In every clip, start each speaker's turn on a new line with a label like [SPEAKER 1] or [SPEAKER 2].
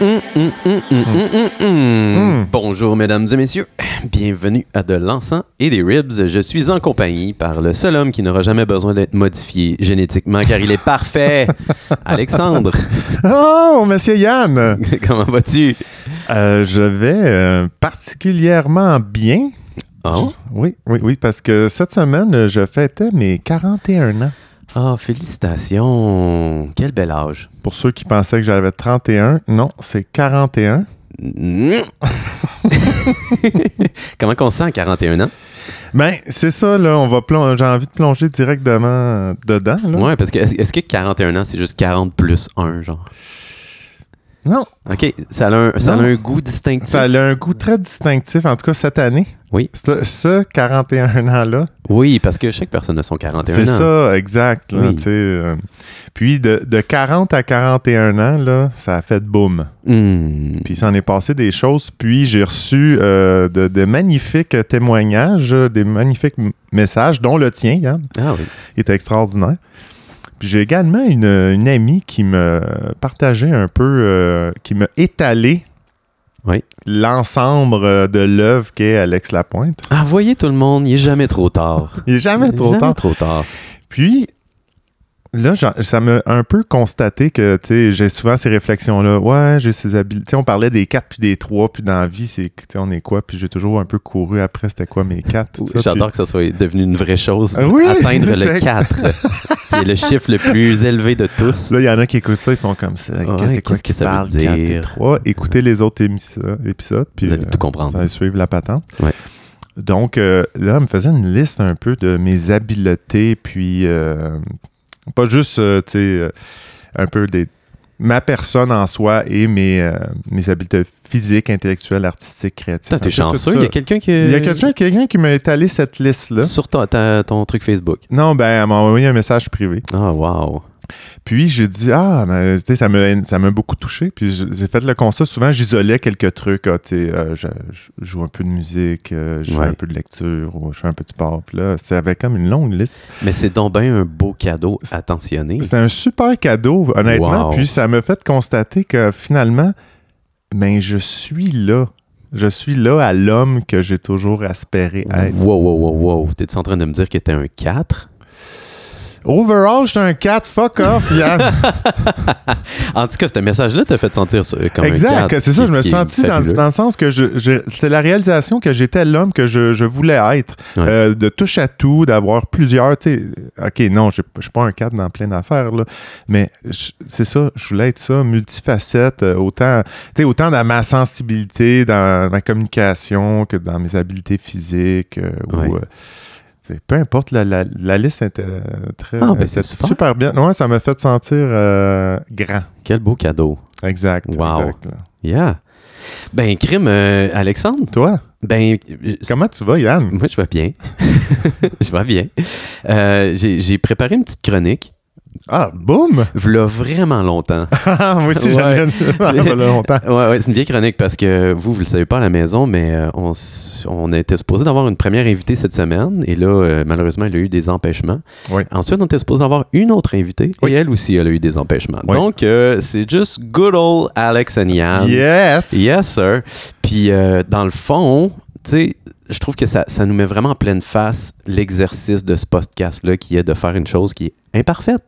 [SPEAKER 1] Mm, mm, mm, mm,
[SPEAKER 2] Hmm.
[SPEAKER 1] mm, mm. Bonjour mesdames et messieurs, bienvenue à de l'encens et des ribs. Je suis en compagnie par le seul homme qui n'aura jamais besoin d'être modifié génétiquement car il est parfait, Alexandre.
[SPEAKER 2] Oh, monsieur Yann!
[SPEAKER 1] Comment vas-tu
[SPEAKER 2] Euh, je vais euh, particulièrement bien.
[SPEAKER 1] Oh,
[SPEAKER 2] Oui, oui, oui, parce que cette semaine, euh, je fêtais mes 41 ans.
[SPEAKER 1] oh, félicitations, quel bel âge.
[SPEAKER 2] Pour ceux qui pensaient que j'avais 31, non, c'est 41.
[SPEAKER 1] Mm. Comment qu'on se sent à 41 ans
[SPEAKER 2] Ben, c'est ça, là, on va plon- j'ai envie de plonger directement euh, dedans, là.
[SPEAKER 1] Ouais, parce que est-ce est-ce que 41 ans c'est juste 40 plus 1 genre
[SPEAKER 2] Non,
[SPEAKER 1] OK, ça a un, ça a
[SPEAKER 2] Non.
[SPEAKER 1] un goût distinctif.
[SPEAKER 2] ça a un goût très distinctif, en tout cas cette année.
[SPEAKER 1] Oui.
[SPEAKER 2] Ce, ce 41 ans-là,
[SPEAKER 1] Oui, parce que chaque personne a son 41 ans.
[SPEAKER 2] C'est ça, exact. là,
[SPEAKER 1] Oui.
[SPEAKER 2] tu sais, euh, puis de, de 40 à 41 ans, là, ça a fait boum.
[SPEAKER 1] Mm.
[SPEAKER 2] Puis il s'en est passé des choses. Puis j'ai reçu euh, de, de magnifiques témoignages, euh, des magnifiques m- messages, dont le tien, Yann,
[SPEAKER 1] Ah oui.
[SPEAKER 2] qui était extraordinaire. Puis j'ai également une, une amie qui me partageait un peu, euh, qui m'a étalé
[SPEAKER 1] Oui.
[SPEAKER 2] l'ensemble euh, de l'œuvre qu'est Alex Lapointe.
[SPEAKER 1] Ah, voyez tout le monde, il n'est jamais trop tard.
[SPEAKER 2] Il n'est jamais trop
[SPEAKER 1] Jamais
[SPEAKER 2] tard.
[SPEAKER 1] trop tard.
[SPEAKER 2] Puis, là, j'en- ça m'a un peu constaté que, tu sais, j'ai souvent ces réflexions-là. Ouais, j'ai ces habiletés. Tu sais, on parlait des 4 puis des 3, puis dans la vie, c'est, tu sais, on est quoi? Puis j'ai toujours un peu couru après, c'était quoi mes 4?
[SPEAKER 1] Oui, J'adore que ça soit devenu une vraie chose.
[SPEAKER 2] Ah oui,
[SPEAKER 1] Atteindre le
[SPEAKER 2] c'est
[SPEAKER 1] 4, qui est le chiffre le plus élevé de tous.
[SPEAKER 2] Là, il y en a qui écoutent ça, ils font comme ça.
[SPEAKER 1] Ouais,
[SPEAKER 2] c'est quoi
[SPEAKER 1] qu'est-ce que
[SPEAKER 2] qu'ils
[SPEAKER 1] ça veut
[SPEAKER 2] parlent, quatre et
[SPEAKER 1] dire?
[SPEAKER 2] trois? Écoutez les autres émissions- épisodes, puis
[SPEAKER 1] Vous allez
[SPEAKER 2] euh,
[SPEAKER 1] tout comprendre.
[SPEAKER 2] vous allez suivre la patente.
[SPEAKER 1] Mhm. Ouais.
[SPEAKER 2] Donc, euh, là, on me faisait une liste un peu de mes habiletés, puis euh, pas juste, euh, tu sais, euh, un peu des, ma personne en soi et mes, euh, mes habiletés physiques, intellectuelles, artistiques, créatives.
[SPEAKER 1] Putain,
[SPEAKER 2] un peu
[SPEAKER 1] T'es chanceux,
[SPEAKER 2] tout
[SPEAKER 1] il y
[SPEAKER 2] ça.
[SPEAKER 1] a quelqu'un qui.
[SPEAKER 2] Il y a quelqu'un quelqu'un qui m'a étalé cette liste-là.
[SPEAKER 1] Sur ta- ta- ton truc Facebook.
[SPEAKER 2] Non, ben, elle m'a envoyé un message privé.
[SPEAKER 1] Ah, wow.
[SPEAKER 2] Puis j'ai dit ah ben, tu sais, ça m'a ça m'a beaucoup touché puis je- j'ai fait le constat souvent j'isolais quelques trucs ah, tu sais, euh, je, je joue un peu de musique euh, je
[SPEAKER 1] Ouais.
[SPEAKER 2] fais un peu de lecture ou je fais un peu de sport puis là c'était avec comme une longue liste
[SPEAKER 1] Mais c'est donc bien un beau cadeau attentionné.
[SPEAKER 2] c'était un super cadeau honnêtement
[SPEAKER 1] Wow.
[SPEAKER 2] puis ça m'a fait constater que finalement ben je suis là je suis là à l'homme que j'ai toujours aspiré être
[SPEAKER 1] Wow, wow, wow, wow. T'es-tu en train de me dire que t'es un 4?
[SPEAKER 2] overall j'étais un 4 fuck off Yann
[SPEAKER 1] En tout cas, ce message-là t'a fait sentir ça, comme un 4.
[SPEAKER 2] Exact, c'est ça, je me suis senti dans,
[SPEAKER 1] le
[SPEAKER 2] dans le sens que je, je- c'est la réalisation que j'étais l'homme que je, je voulais être,
[SPEAKER 1] Ouais.
[SPEAKER 2] Euh, de touche à tout, d'avoir plusieurs, tu sais, ok, non, j'ai- je suis pas un cadre dans plein d'affaires, là, mais je- c'est ça, je voulais être ça, multifacette, euh, autant, tu sais, autant dans ma sensibilité, dans ma communication, que dans mes habiletés physiques, euh, ou,
[SPEAKER 1] Ouais.
[SPEAKER 2] euh, tu sais, peu importe, la, la- la liste était euh, très
[SPEAKER 1] Ah, ben, c'est
[SPEAKER 2] était
[SPEAKER 1] super.
[SPEAKER 2] bien. Ouais, ça m'a fait sentir euh, grand.
[SPEAKER 1] Quel beau cadeau.
[SPEAKER 2] Exact.
[SPEAKER 1] Wow.
[SPEAKER 2] exact, là.
[SPEAKER 1] Yeah. Ben, crime, euh, Alexandre.
[SPEAKER 2] Toi?
[SPEAKER 1] Ben, euh,
[SPEAKER 2] Comment tu vas, Yann?
[SPEAKER 1] moi, je vais bien. je vais bien. Euh, J'ai j'ai préparé une petite chronique.
[SPEAKER 2] Ah, boum!
[SPEAKER 1] V'là vraiment longtemps.
[SPEAKER 2] Moi aussi,
[SPEAKER 1] Ouais.
[SPEAKER 2] j'allais Ah, voilà longtemps.
[SPEAKER 1] Ouais, ouais, c'est une vieille chronique parce que vous, vous le savez pas à la maison, mais euh, on, s- on était supposé d'avoir une première invitée cette semaine. Et là, euh, malheureusement, il y a eu des empêchements.
[SPEAKER 2] Oui.
[SPEAKER 1] Ensuite, on était supposé d'avoir une autre invitée.
[SPEAKER 2] Oui.
[SPEAKER 1] Et elle aussi, elle a eu des empêchements.
[SPEAKER 2] Oui.
[SPEAKER 1] Donc, euh, c'est juste good old Alex and Yann.
[SPEAKER 2] Yes!
[SPEAKER 1] Yes, sir. Puis, euh, dans le fond, tu sais, je trouve que ça, ça nous met vraiment en pleine face l'exercice de ce podcast-là qui est de faire une chose qui est imparfaite.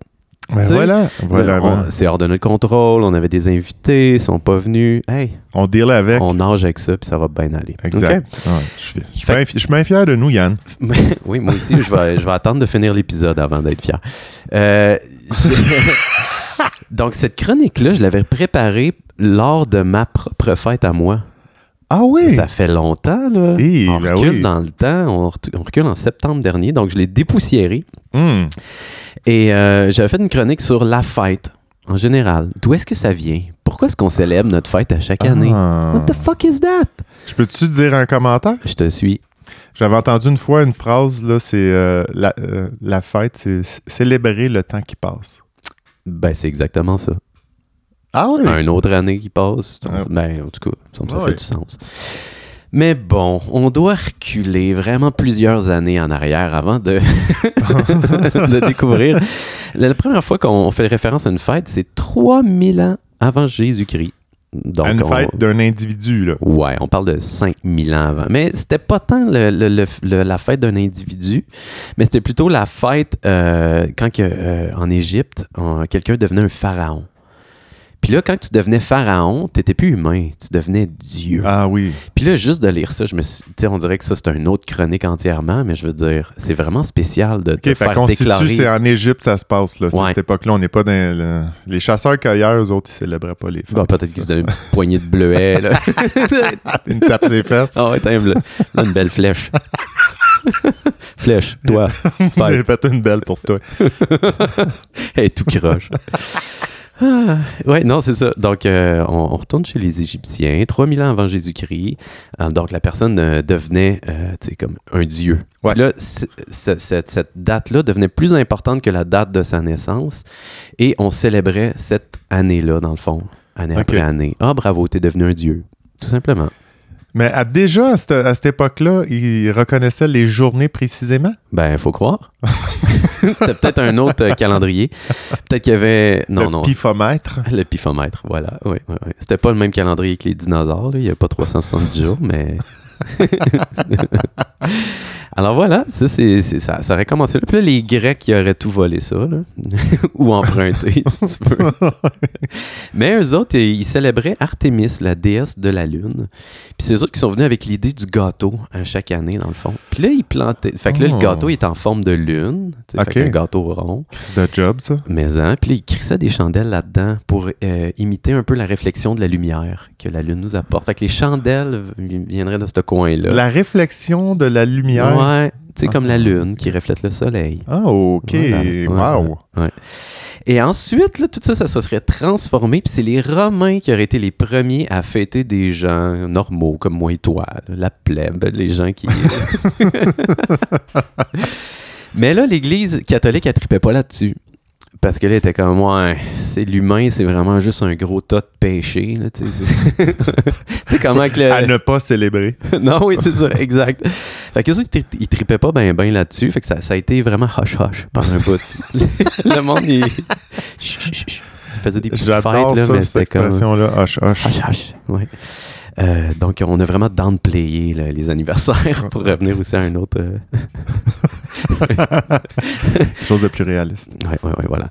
[SPEAKER 2] Ben
[SPEAKER 1] Tu sais,
[SPEAKER 2] voilà, voilà.
[SPEAKER 1] Euh, on-
[SPEAKER 2] voilà.
[SPEAKER 1] C'est hors de notre contrôle, on avait des invités, ils sont pas venus. Hey,
[SPEAKER 2] On, deal avec.
[SPEAKER 1] on nage avec ça, puis ça va bien aller.
[SPEAKER 2] Exact. Ouais, je suis- je suis
[SPEAKER 1] Fait-
[SPEAKER 2] bien fi- je suis bien fier de nous, Yann.
[SPEAKER 1] OK? oui, moi aussi, je vais, je vais attendre de finir l'épisode avant d'être fier. Euh, je- Donc, cette chronique-là, je l'avais préparée lors de ma propre fête à moi.
[SPEAKER 2] Ah oui!
[SPEAKER 1] Ça fait longtemps, là.
[SPEAKER 2] Eh,
[SPEAKER 1] on
[SPEAKER 2] ben
[SPEAKER 1] recule
[SPEAKER 2] oui.
[SPEAKER 1] dans le temps, on, ret- on recule en septembre dernier, donc je l'ai dépoussiéré.
[SPEAKER 2] Hmm.
[SPEAKER 1] Et euh, j'avais fait une chronique sur la fête, en général. D'où est-ce que ça vient? Pourquoi est-ce qu'on célèbre notre fête à chaque année?
[SPEAKER 2] Ah.
[SPEAKER 1] What the fuck is that?
[SPEAKER 2] Je peux-tu dire un commentaire?
[SPEAKER 1] Je te suis.
[SPEAKER 2] J'avais entendu une fois une phrase, là, c'est euh, la, euh, la fête, c'est c- célébrer le temps qui passe.
[SPEAKER 1] Ben, c'est exactement ça.
[SPEAKER 2] Ah oui?
[SPEAKER 1] une autre année qui passe.
[SPEAKER 2] Ah.
[SPEAKER 1] Ben, en tout cas, ça, me- ça
[SPEAKER 2] Ah
[SPEAKER 1] fait
[SPEAKER 2] oui.
[SPEAKER 1] du sens. Mais bon, on doit reculer vraiment plusieurs années en arrière avant de, de découvrir. La, la première fois qu'on fait référence à une fête, c'est 3000 ans avant Jésus-Christ. Donc,
[SPEAKER 2] une
[SPEAKER 1] on-
[SPEAKER 2] fête d'un individu, là.
[SPEAKER 1] Ouais, on parle de 5000 ans avant. Mais c'était pas tant le- le- le- le- la fête d'un individu, mais c'était plutôt la fête euh, quand que, euh, en Égypte, en- quelqu'un devenait un pharaon. Puis là, quand tu devenais pharaon, t'étais plus humain, tu devenais Dieu.
[SPEAKER 2] Ah oui.
[SPEAKER 1] Puis là, juste de lire ça, je me suis, tu sais, on dirait que ça, c'est une autre chronique entièrement, mais je veux dire, c'est vraiment spécial de te
[SPEAKER 2] OK, fait
[SPEAKER 1] faire
[SPEAKER 2] qu'on situe,
[SPEAKER 1] déclarer.
[SPEAKER 2] c'est en Égypte, ça se passe, là. C'est
[SPEAKER 1] Ouais.
[SPEAKER 2] cette époque-là, on n'est pas dans... le- Les chasseurs-cueilleurs, eux autres, ils célébraient pas les fêtes.
[SPEAKER 1] Bon, Bah, peut-être qu'ils se donnaient une petite poignée de bleuets. là.
[SPEAKER 2] Une tape ses fesses.
[SPEAKER 1] Ah ouais, t'as une- là, une belle flèche. flèche, toi.
[SPEAKER 2] J'ai fait une belle pour toi.
[SPEAKER 1] Et tout croche. Ah, ouais, non, c'est ça. Donc, euh, on, on retourne chez les Égyptiens, 3000 ans avant Jésus-Christ. Euh, donc, la personne euh, devenait, euh, tu sais, comme un dieu.
[SPEAKER 2] Ouais.
[SPEAKER 1] Puis là, c- c- cette, cette date-là devenait plus importante que la date de sa naissance. Et on célébrait cette année-là, dans le fond, année
[SPEAKER 2] Ok.
[SPEAKER 1] après année. Ah, bravo, t'es devenu un dieu. Tout simplement.
[SPEAKER 2] Mais à- déjà, à cette, à cette époque-là, ils reconnaissaient les journées précisément.
[SPEAKER 1] Ben, faut croire. C'était peut-être un autre euh, calendrier. Peut-être qu'il y avait. Non,
[SPEAKER 2] le
[SPEAKER 1] non.
[SPEAKER 2] pifomètre.
[SPEAKER 1] Le pifomètre, voilà. Oui, oui, oui. C'était pas le même calendrier que les dinosaures. là. Il n'y a pas 370 jours, mais. Alors voilà, ça, c'est, c'est- ça, ça aurait commencé là. Puis là, les Grecs, ils auraient tout volé ça, là. ou emprunté, si tu veux. Mais eux autres, ils ils célébraient Artémis, la déesse de la Lune. Puis c'est eux autres qui sont venus avec l'idée du gâteau à chaque année, dans le fond. Puis là, ils plantaient. Fait que là,
[SPEAKER 2] Oh.
[SPEAKER 1] le gâteau est en forme de lune. tu sais,
[SPEAKER 2] Ok.
[SPEAKER 1] Fait un gâteau rond.
[SPEAKER 2] de job, ça.
[SPEAKER 1] Mais hein, puis là, il crissait des chandelles là-dedans pour euh, imiter un peu la réflexion de la lumière que la lune nous apporte. Fait que les chandelles vi- viendraient de ce coin-là.
[SPEAKER 2] La réflexion de la lumière.
[SPEAKER 1] Ouais, tu sais,
[SPEAKER 2] Ah.
[SPEAKER 1] comme la lune qui reflète le soleil.
[SPEAKER 2] Ah, OK.
[SPEAKER 1] Voilà, voilà.
[SPEAKER 2] Wow.
[SPEAKER 1] Et ensuite, là, tout ça, ça se serait transformé, puis c'est les Romains qui auraient été les premiers à fêter des gens normaux, comme moi et toi, là, la plèbe, les gens qui... Mais là, l'Église catholique, elle tripait pas là-dessus. Parce que là, elle était comme, ouais, c'est l'humain, c'est vraiment juste un gros tas de péchés. là, Tu sais, c'est- Tu sais comment que le-
[SPEAKER 2] À ne pas célébrer.
[SPEAKER 1] non, oui, c'est ça, exact. Fait que eux autres, ils tri- ils tripaient pas ben ben là-dessus. Fait que ça, ça a été vraiment hush-hush pendant un bout. le monde, il... Chut, chut, chut. Il faisait des petites fêtes, là,
[SPEAKER 2] J'adore ça,
[SPEAKER 1] mais
[SPEAKER 2] cette
[SPEAKER 1] c'était comme...
[SPEAKER 2] expression-là. Hush, hush.
[SPEAKER 1] Hush-hush, ouais. Euh, donc, on a vraiment downplayé là, les anniversaires pour revenir aussi à un autre... euh,
[SPEAKER 2] Chose de plus réaliste.
[SPEAKER 1] Ouais, ouais, ouais, voilà.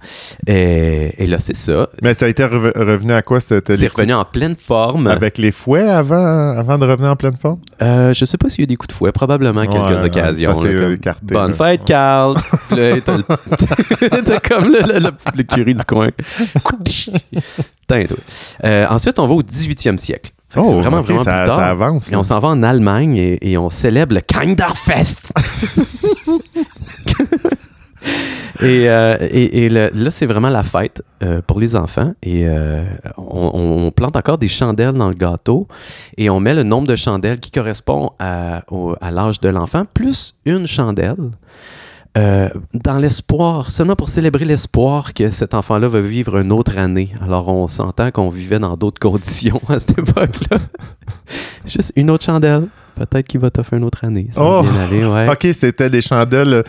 [SPEAKER 1] Et, et là, c'est ça.
[SPEAKER 2] Mais ça a été reve- revenu à quoi? C'était
[SPEAKER 1] C'est
[SPEAKER 2] les
[SPEAKER 1] revenu en pleine forme.
[SPEAKER 2] Avec les fouets avant, avant de revenir en pleine forme?
[SPEAKER 1] Euh, je sais pas s'il y a eu des coups de fouet, probablement à quelques
[SPEAKER 2] Ouais,
[SPEAKER 1] occasions.
[SPEAKER 2] ça, c'est euh,
[SPEAKER 1] là, comme,
[SPEAKER 2] écarté,
[SPEAKER 1] Bonne
[SPEAKER 2] là.
[SPEAKER 1] fête, Carl! Puis là, t'as le- t'as comme le, le, le- le curé du coin. Tain, toi. Euh, ensuite, on va au 18e siècle. Fait que c'est vraiment,
[SPEAKER 2] Oh, ok,
[SPEAKER 1] vraiment
[SPEAKER 2] ça,
[SPEAKER 1] plus tard.
[SPEAKER 2] ça avance.
[SPEAKER 1] Et on
[SPEAKER 2] là.
[SPEAKER 1] s'en va en Allemagne et, et on célèbre le Kinderfest. et euh, et- et le- là, c'est vraiment la fête euh, pour les enfants. Et euh, on, on- on plante encore des chandelles dans le gâteau et on met le nombre de chandelles qui correspond à, au- à l'âge de l'enfant, plus une chandelle. euh, dans l'espoir, seulement pour célébrer l'espoir que cet enfant-là va vivre une autre année. Alors, on s'entend qu'on vivait dans d'autres conditions à cette époque-là. Juste une autre chandelle. Peut-être qu'il va t'offrir une autre année. Ça va
[SPEAKER 2] Oh!
[SPEAKER 1] bien aller, ouais.
[SPEAKER 2] Ok, c'était des chandelles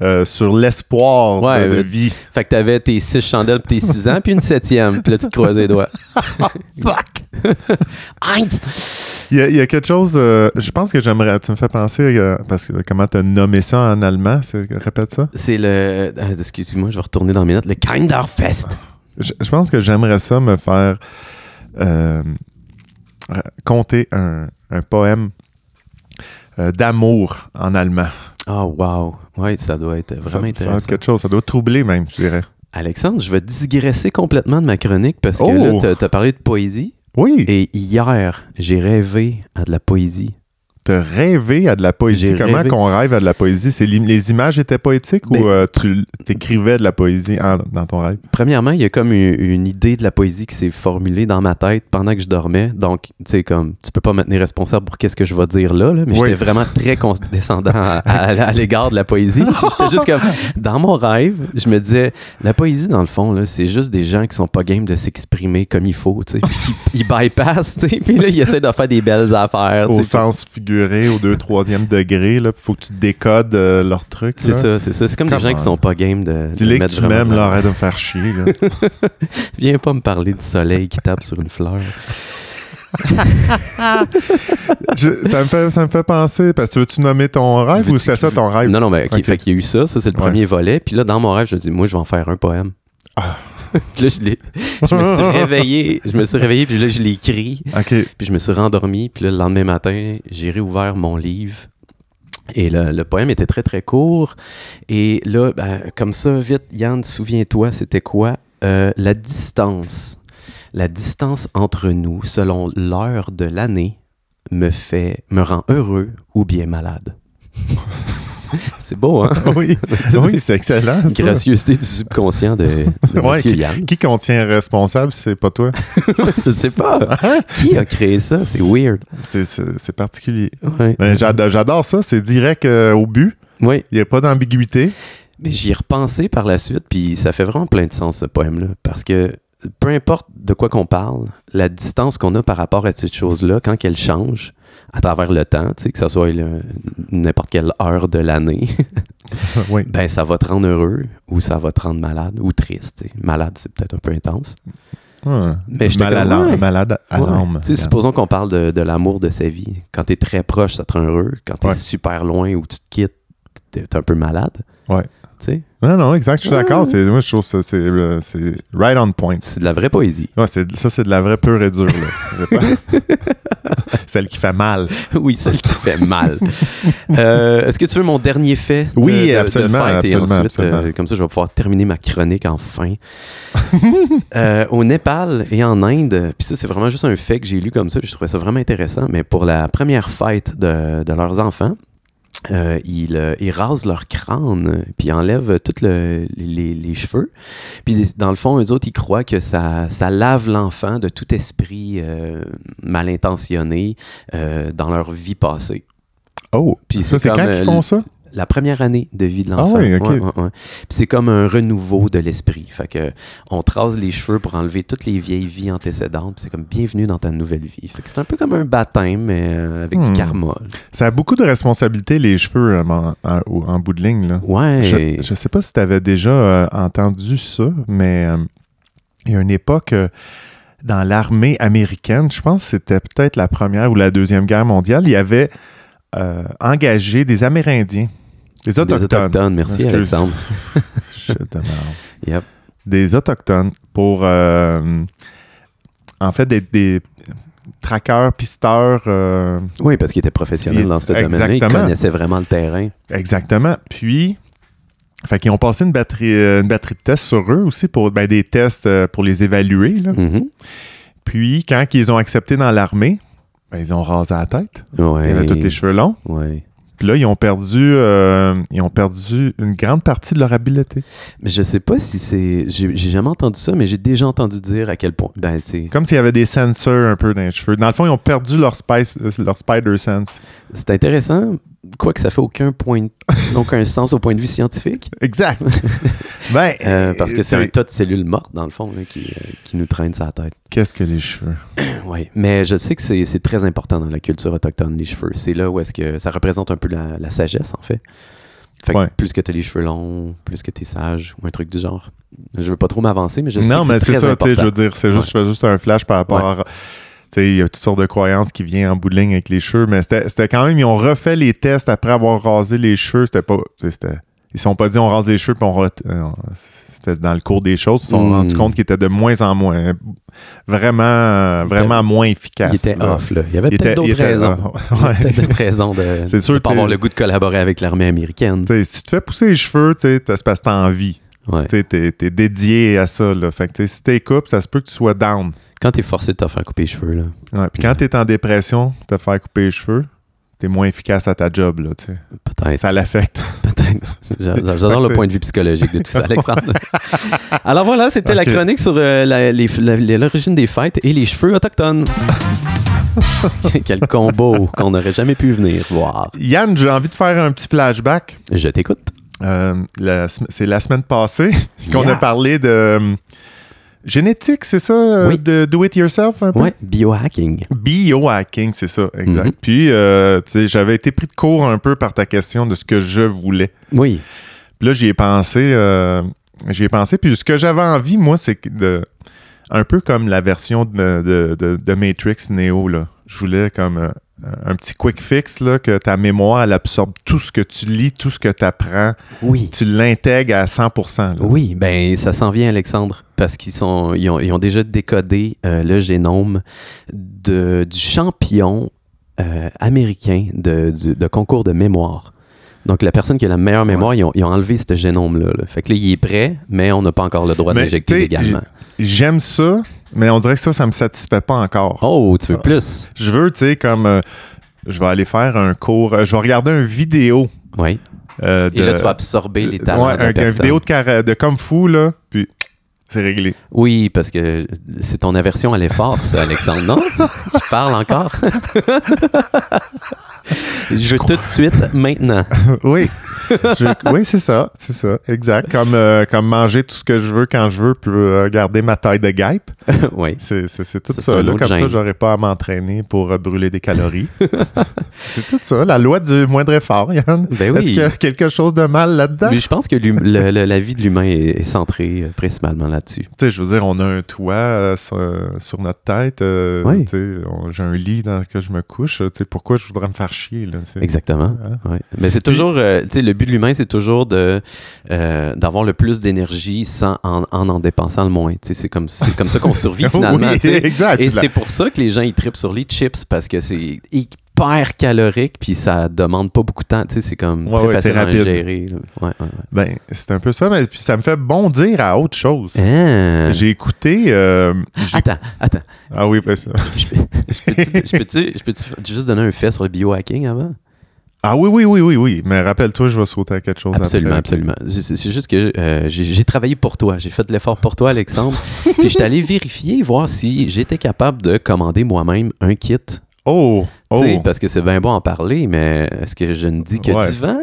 [SPEAKER 2] euh, sur l'espoir de-
[SPEAKER 1] Ouais,
[SPEAKER 2] de,
[SPEAKER 1] mais-
[SPEAKER 2] vie.
[SPEAKER 1] Fait que t'avais tes six chandelles, puis tes six ans, puis une septième. Puis là, tu te croisais les doigts.
[SPEAKER 2] Oh,
[SPEAKER 1] Fuck! Heinz!
[SPEAKER 2] Il y, a, il y a quelque chose, euh, je pense que j'aimerais, tu me fais penser, euh, parce que comment tu as nommé ça en allemand, c'est- répète ça.
[SPEAKER 1] C'est le... euh, Excuse-moi, je vais retourner dans mes notes. Le Kinderfest.
[SPEAKER 2] Je, je pense que j'aimerais ça me faire euh, ra- conter un, un poème euh, d'amour en allemand.
[SPEAKER 1] Oh, wow. Ouais, ça doit être
[SPEAKER 2] Ça,
[SPEAKER 1] vraiment
[SPEAKER 2] ça doit être
[SPEAKER 1] intéressant.
[SPEAKER 2] quelque chose, ça doit troubler même, je dirais.
[SPEAKER 1] Alexandre, je vais digresser complètement de ma chronique parce que
[SPEAKER 2] Oh!
[SPEAKER 1] là, t'as- t'as parlé de poésie.
[SPEAKER 2] Oui,
[SPEAKER 1] Et hier, j'ai rêvé à de la poésie.
[SPEAKER 2] T'as rêvé à de la poésie.
[SPEAKER 1] J'ai
[SPEAKER 2] Comment
[SPEAKER 1] rêvé.
[SPEAKER 2] qu'on rêve à de la poésie? C'est li- les images étaient poétiques
[SPEAKER 1] Ben-
[SPEAKER 2] ou euh, tu t'écrivais de la poésie en- dans ton rêve?
[SPEAKER 1] Premièrement, il y a comme une, une idée de la poésie qui s'est formulée dans ma tête pendant que je dormais. Donc, tu sais, comme, tu peux pas me tenir responsable pour qu'est-ce que je vais dire là, là, mais
[SPEAKER 2] Oui.
[SPEAKER 1] j'étais vraiment très condescendant à, à- à l'égard de la poésie. J'étais juste comme, dans mon rêve, je me disais, la poésie, dans le fond, là, c'est juste des gens qui sont pas game de s'exprimer comme il faut, tu sais, puis qui- ils bypassent, tu sais, puis là, ils essaient de faire des belles affaires, Ah, tu
[SPEAKER 2] Au
[SPEAKER 1] sais, puis-
[SPEAKER 2] sens figuré, au deux, troisième degré, là, faut que tu décodes euh, leur truc.
[SPEAKER 1] C'est
[SPEAKER 2] là.
[SPEAKER 1] ça, c'est ça. C'est comme des
[SPEAKER 2] Come
[SPEAKER 1] gens qui
[SPEAKER 2] on.
[SPEAKER 1] sont pas game de. de
[SPEAKER 2] Dis-les que
[SPEAKER 1] mettre
[SPEAKER 2] tu
[SPEAKER 1] vraiment
[SPEAKER 2] m'aimes,
[SPEAKER 1] de la-
[SPEAKER 2] là, arrête de me faire chier. là.
[SPEAKER 1] Viens pas me parler du soleil qui tape sur une fleur.
[SPEAKER 2] Je- ça, me fait, ça me fait penser, parce que veux-tu nommer ton rêve
[SPEAKER 1] Veux-tu
[SPEAKER 2] ou c'était
[SPEAKER 1] que-
[SPEAKER 2] ça ton rêve?
[SPEAKER 1] Non, non, mais ok,
[SPEAKER 2] Ok.
[SPEAKER 1] fait qu'il y a eu ça, ça c'est le
[SPEAKER 2] Ouais.
[SPEAKER 1] premier volet. Puis là, dans mon rêve, je me dis, moi, je vais en faire un poème.
[SPEAKER 2] Ah.
[SPEAKER 1] Puis là, je, l'ai- je me suis réveillé, je me suis réveillé, puis là, je l'ai écrit,
[SPEAKER 2] OK.
[SPEAKER 1] puis je me suis rendormi, puis là, le lendemain matin, j'ai réouvert mon livre. Et le, le poème était très, très court. Et là, ben, comme ça, vite, Yann, souviens-toi, c'était quoi? Euh, la distance. La distance entre nous, selon l'heure de l'année, me fait, me rend heureux ou bien malade. C'est beau, hein?
[SPEAKER 2] Oui, oui c'est excellent. ça.
[SPEAKER 1] Gracieuseté du subconscient de, de
[SPEAKER 2] Ouais,
[SPEAKER 1] Monsieur Yann.
[SPEAKER 2] Qui qu'on tient responsable, c'est pas toi.
[SPEAKER 1] Je ne sais pas.
[SPEAKER 2] Hein?
[SPEAKER 1] Qui a créé ça? C'est weird.
[SPEAKER 2] C'est- C'est c'est particulier.
[SPEAKER 1] Ouais.
[SPEAKER 2] Ben, j'ad- J'adore ça, c'est direct euh, au but.
[SPEAKER 1] Ouais.
[SPEAKER 2] Il n'y a pas d'ambiguïté.
[SPEAKER 1] Mais j'y ai repensé par la suite, puis ça fait vraiment plein de sens, ce poème-là. Parce que peu importe de quoi qu'on parle, la distance qu'on a par rapport à cette chose-là, quand elle change à travers le temps, tu sais, que ce soit le- n'importe quelle heure de l'année,
[SPEAKER 2] oui.
[SPEAKER 1] ben ça va te rendre heureux ou ça va te rendre malade ou triste. tu sais. Malade, c'est peut-être un peu intense.
[SPEAKER 2] Hum.
[SPEAKER 1] Mais j'étais
[SPEAKER 2] Mal à
[SPEAKER 1] comme,
[SPEAKER 2] l'âme-
[SPEAKER 1] ouais.
[SPEAKER 2] malade à
[SPEAKER 1] Ouais.
[SPEAKER 2] l'âme.
[SPEAKER 1] Tu sais, supposons qu'on parle de, de l'amour de sa vie. Quand t'es très proche, ça te rend heureux. Quand t'es
[SPEAKER 2] Ouais.
[SPEAKER 1] super loin ou tu te quittes, t'es t'es un peu malade.
[SPEAKER 2] Ouais.
[SPEAKER 1] Tu sais,
[SPEAKER 2] Non, non, exact, je suis
[SPEAKER 1] Ouais.
[SPEAKER 2] d'accord. C'est- Moi, je trouve ça, c'est euh, c'est right on point.
[SPEAKER 1] c'est de la vraie poésie.
[SPEAKER 2] Ouais, c'est- ça, c'est de la vraie pure et dure. là. C'est pas- Celle qui fait mal.
[SPEAKER 1] oui, celle qui fait mal. Euh, Est-ce que tu veux mon dernier fait? de-
[SPEAKER 2] Oui,
[SPEAKER 1] de- de
[SPEAKER 2] absolument,
[SPEAKER 1] fête? Et
[SPEAKER 2] absolument,
[SPEAKER 1] ensuite,
[SPEAKER 2] absolument.
[SPEAKER 1] euh, comme ça, je vais pouvoir terminer ma chronique enfin. Euh, au Népal et en Inde, puis ça, c'est vraiment juste un fait que j'ai lu comme ça, puis je trouvais ça vraiment intéressant, mais pour la première fête de, de leurs enfants, euh, ils, euh, ils rasent leur crâne, puis ils enlèvent tous les, les cheveux. Puis les- dans le fond, eux autres, ils croient que ça, ça lave l'enfant de tout esprit euh, mal intentionné euh, dans leur vie passée.
[SPEAKER 2] Oh,
[SPEAKER 1] Puis c'est
[SPEAKER 2] ça, c'est
[SPEAKER 1] comme,
[SPEAKER 2] quand
[SPEAKER 1] euh,
[SPEAKER 2] qu'ils font ça?
[SPEAKER 1] La première année de vie de l'enfant.
[SPEAKER 2] Ah oui, ok.
[SPEAKER 1] Ouais, ouais, ouais. Puis c'est comme un renouveau de l'esprit. Fait que on trase les cheveux pour enlever toutes les vieilles vies antécédentes. puis c'est comme bienvenue dans ta nouvelle vie. Fait que c'est un peu comme un baptême, mais euh, avec du
[SPEAKER 2] Hmm.
[SPEAKER 1] karma.
[SPEAKER 2] Ça a beaucoup de responsabilités, les cheveux, euh, en, en- au- en bout de ligne. Là.
[SPEAKER 1] Ouais.
[SPEAKER 2] Je, je sais pas si tu avais déjà euh, entendu ça, mais euh, il y a une époque euh, dans l'armée américaine, je pense que c'était peut-être la première ou la deuxième guerre mondiale, il y avait euh, engagé des Amérindiens, des
[SPEAKER 1] Des
[SPEAKER 2] Autochtones.
[SPEAKER 1] autochtones. Merci,
[SPEAKER 2] Excuse.
[SPEAKER 1] Alexandre.
[SPEAKER 2] Shit de merde.
[SPEAKER 1] Yep.
[SPEAKER 2] Des Autochtones pour, euh, en fait, des, des traqueurs, pisteurs. euh,
[SPEAKER 1] Oui, parce qu'il était professionnel
[SPEAKER 2] Il-
[SPEAKER 1] dans ce domaine-là. Il
[SPEAKER 2] Exactement.
[SPEAKER 1] connaissait vraiment le terrain.
[SPEAKER 2] Exactement. Puis, fait qu'ils ont passé une batterie, euh, une batterie de tests sur eux aussi pour ben, des tests euh, pour les évaluer. là.
[SPEAKER 1] Mhm.
[SPEAKER 2] Puis, quand ils ont accepté dans l'armée, ben, ils ont rasé la tête.
[SPEAKER 1] Ouais.
[SPEAKER 2] Ils avaient tous les cheveux longs.
[SPEAKER 1] Ouais.
[SPEAKER 2] Puis là, ils ont perdu, euh, ils ont perdu une grande partie de leur habileté.
[SPEAKER 1] Mais je sais pas si c'est. J'ai j'ai jamais entendu ça, mais j'ai déjà entendu dire à quel point. Ben, tu sais,
[SPEAKER 2] Comme s'il y avait des sensors un peu dans les cheveux. Dans le fond, ils ont perdu leur, spice, euh, leur spider sense.
[SPEAKER 1] c'est intéressant, quoique ça fait aucun point, aucun sens au point de vue scientifique,
[SPEAKER 2] Exact. ben,
[SPEAKER 1] euh, parce que c'est
[SPEAKER 2] euh,
[SPEAKER 1] un tas de cellules mortes, dans le fond, là, qui, euh, qui nous traîne sa tête.
[SPEAKER 2] Qu'est-ce que les cheveux?
[SPEAKER 1] Oui, mais je sais que c'est c'est très important dans la culture autochtone, les cheveux. C'est là où est-ce que ça représente un peu la, la sagesse, en fait. Fait que
[SPEAKER 2] Ouais.
[SPEAKER 1] plus que t'as les cheveux longs, plus que t'es sage, ou un truc du genre. Je veux pas trop m'avancer, mais je sais
[SPEAKER 2] non,
[SPEAKER 1] que
[SPEAKER 2] mais
[SPEAKER 1] c'est
[SPEAKER 2] c'est
[SPEAKER 1] très
[SPEAKER 2] ça, tu sais, je
[SPEAKER 1] important.
[SPEAKER 2] veux dire, c'est juste, je fais juste un flash par rapport à- tu sais, Il y a toutes sortes de croyances qui viennent en bout de ligne avec les cheveux, mais c'était c'était quand même, ils ont refait les tests après avoir rasé les cheveux. C'était pas. tu sais, c'était- Ils se sont pas dit on rase les cheveux puis on. re- euh, C'était dans le cours des choses. Ils se sont
[SPEAKER 1] Mm.
[SPEAKER 2] rendus compte qu'ils étaient de moins en moins. euh, Vraiment, euh, vraiment moins
[SPEAKER 1] Il
[SPEAKER 2] efficaces.
[SPEAKER 1] était
[SPEAKER 2] là.
[SPEAKER 1] off, là. Il y avait
[SPEAKER 2] Il était-
[SPEAKER 1] peut-être
[SPEAKER 2] il
[SPEAKER 1] d'autres
[SPEAKER 2] était-
[SPEAKER 1] raisons.
[SPEAKER 2] ouais.
[SPEAKER 1] Il y avait peut-être d'autres raisons de
[SPEAKER 2] C'est sûr
[SPEAKER 1] de pas
[SPEAKER 2] que t'es-
[SPEAKER 1] avoir le goût de collaborer avec l'armée américaine.
[SPEAKER 2] Tu sais, si tu te fais pousser les cheveux, tu sais, c'est parce que t'as envie.
[SPEAKER 1] Ouais.
[SPEAKER 2] Tu sais, T'es t'es dédié à ça. Là. Fait que, tu sais, si t'es coupe, ça se peut que tu sois down.
[SPEAKER 1] Quand t'es forcé de te faire couper les cheveux, là.
[SPEAKER 2] Ouais, puis quand t'es en dépression, te faire couper les cheveux, t'es moins efficace à ta job, là, tu sais.
[SPEAKER 1] Peut-être.
[SPEAKER 2] Ça l'affecte.
[SPEAKER 1] Peut-être. J'a- j'a- J'adore le point de vue psychologique de tout ça, Alexandre. Alors voilà, c'était la
[SPEAKER 2] Ok.
[SPEAKER 1] chronique sur euh, la- les- la- les- l'origine des fêtes et les cheveux autochtones. Quel combo qu'on n'aurait jamais pu venir voir.
[SPEAKER 2] Yann, j'ai envie de faire un petit flashback.
[SPEAKER 1] Je t'écoute.
[SPEAKER 2] Euh, la sem- c'est la semaine passée qu'on
[SPEAKER 1] Yeah.
[SPEAKER 2] a parlé de euh, génétique, c'est ça? euh,
[SPEAKER 1] Oui.
[SPEAKER 2] De do it yourself un peu?
[SPEAKER 1] Ouais, biohacking.
[SPEAKER 2] Biohacking, c'est ça, exact.
[SPEAKER 1] Mhm.
[SPEAKER 2] Puis, euh, tu sais, j'avais été pris de court un peu par ta question de ce que je voulais.
[SPEAKER 1] Oui.
[SPEAKER 2] Puis là, j'y ai pensé. euh, j'y ai pensé. Puis ce que j'avais envie, moi, c'est que de. Un peu comme la version de, de- de- de Matrix Neo, là. Je voulais comme euh, un petit quick fix, là, que ta mémoire, elle absorbe tout ce que tu lis, tout ce que tu apprends.
[SPEAKER 1] Oui.
[SPEAKER 2] Tu l'intègres à 100 là.
[SPEAKER 1] Oui, ben ça s'en vient, Alexandre, parce qu'ils sont, ils ont, ils ont déjà décodé euh, le génome de, du champion euh, américain de, du- de concours de mémoire. Donc, la personne qui a la meilleure mémoire, ils, ont, ils ont enlevé ce génome-là. là. Fait que là, il est prêt, mais on n'a pas encore le droit
[SPEAKER 2] Mais,
[SPEAKER 1] d'injecter
[SPEAKER 2] t'sais,
[SPEAKER 1] légalement.
[SPEAKER 2] J'aime ça, mais on dirait que ça, ça me satisfait pas encore.
[SPEAKER 1] Oh, tu veux
[SPEAKER 2] Ah.
[SPEAKER 1] plus?
[SPEAKER 2] Je veux, tu sais, comme. euh, je vais aller faire un cours. euh, je vais regarder une vidéo.
[SPEAKER 1] Oui.
[SPEAKER 2] euh,
[SPEAKER 1] Et
[SPEAKER 2] de-
[SPEAKER 1] là, tu vas absorber les talents
[SPEAKER 2] Ouais,
[SPEAKER 1] de la
[SPEAKER 2] un, un
[SPEAKER 1] personne.
[SPEAKER 2] vidéo de, kara- de Kung Fu, là. Puis, c'est réglé.
[SPEAKER 1] Oui, parce que c'est ton aversion à l'effort, ça, Alexandre. Non? Je parle encore. Je veux tout de suite, maintenant.
[SPEAKER 2] oui. Je- oui, c'est ça. C'est ça. Exact. Comme, euh, comme manger tout ce que je veux quand je veux, puis euh, garder ma taille de guêpe.
[SPEAKER 1] oui.
[SPEAKER 2] C'est, c'est- c'est tout
[SPEAKER 1] C'est
[SPEAKER 2] ça.
[SPEAKER 1] un
[SPEAKER 2] là.
[SPEAKER 1] autre
[SPEAKER 2] comme ça,
[SPEAKER 1] gène.
[SPEAKER 2] j'aurais pas à m'entraîner pour euh, brûler des calories. c'est tout ça. La loi du moindre effort, Yann.
[SPEAKER 1] Ben oui.
[SPEAKER 2] Est-ce qu'il y a quelque chose de mal là-dedans?
[SPEAKER 1] Mais je pense que l'hum- le- le- la vie de l'humain est, est centrée euh, principalement là-dessus.
[SPEAKER 2] Tu sais, je veux dire, on a un toit euh, sur, sur notre tête. euh,
[SPEAKER 1] Oui.
[SPEAKER 2] tu sais, on- J'ai un lit dans lequel je me couche. euh, tu sais, pourquoi je voudrais me faire chier? Là, c'est-
[SPEAKER 1] Exactement.
[SPEAKER 2] Hein?
[SPEAKER 1] ouais. Mais c'est toujours, euh, tu sais, le but de l'humain, c'est toujours de euh, d'avoir le plus d'énergie sans en, en en dépensant le moins. Tu sais, c'est comme c'est comme ça qu'on survit finalement.
[SPEAKER 2] oui,
[SPEAKER 1] tu sais.
[SPEAKER 2] exact.
[SPEAKER 1] Et
[SPEAKER 2] Ah, c'est
[SPEAKER 1] c'est pour ça que les gens ils tripent sur les chips parce que c'est hyper calorique puis ça demande pas beaucoup de temps. Tu sais, c'est comme
[SPEAKER 2] Ouais,
[SPEAKER 1] très
[SPEAKER 2] ouais, c'est
[SPEAKER 1] facile à
[SPEAKER 2] rapide.
[SPEAKER 1] gérer. là. Ouais, ouais, ouais.
[SPEAKER 2] Ben, c'est un peu ça, mais puis ça me fait bondir à autre chose.
[SPEAKER 1] Ah.
[SPEAKER 2] J'ai écouté. euh, j'ai-
[SPEAKER 1] Attends, attends.
[SPEAKER 2] Ah oui, ben ça-
[SPEAKER 1] Je peux- je peux-tu je peux-tu- je peux-tu juste donner un fait sur le biohacking avant?
[SPEAKER 2] Ah oui, oui, oui, oui, oui. Mais rappelle-toi, je vais sauter à quelque chose
[SPEAKER 1] Absolument,
[SPEAKER 2] après.
[SPEAKER 1] absolument. C'est- C'est c'est juste que euh, j'ai j'ai travaillé pour toi. J'ai fait de l'effort pour toi, Alexandre. puis j'étais allé vérifier, voir si j'étais capable de commander moi-même un kit.
[SPEAKER 2] Oh,
[SPEAKER 1] Tu
[SPEAKER 2] oh.
[SPEAKER 1] sais, Parce que c'est bien bon en parler, mais est-ce que je ne dis que
[SPEAKER 2] Ouais.
[SPEAKER 1] du vent?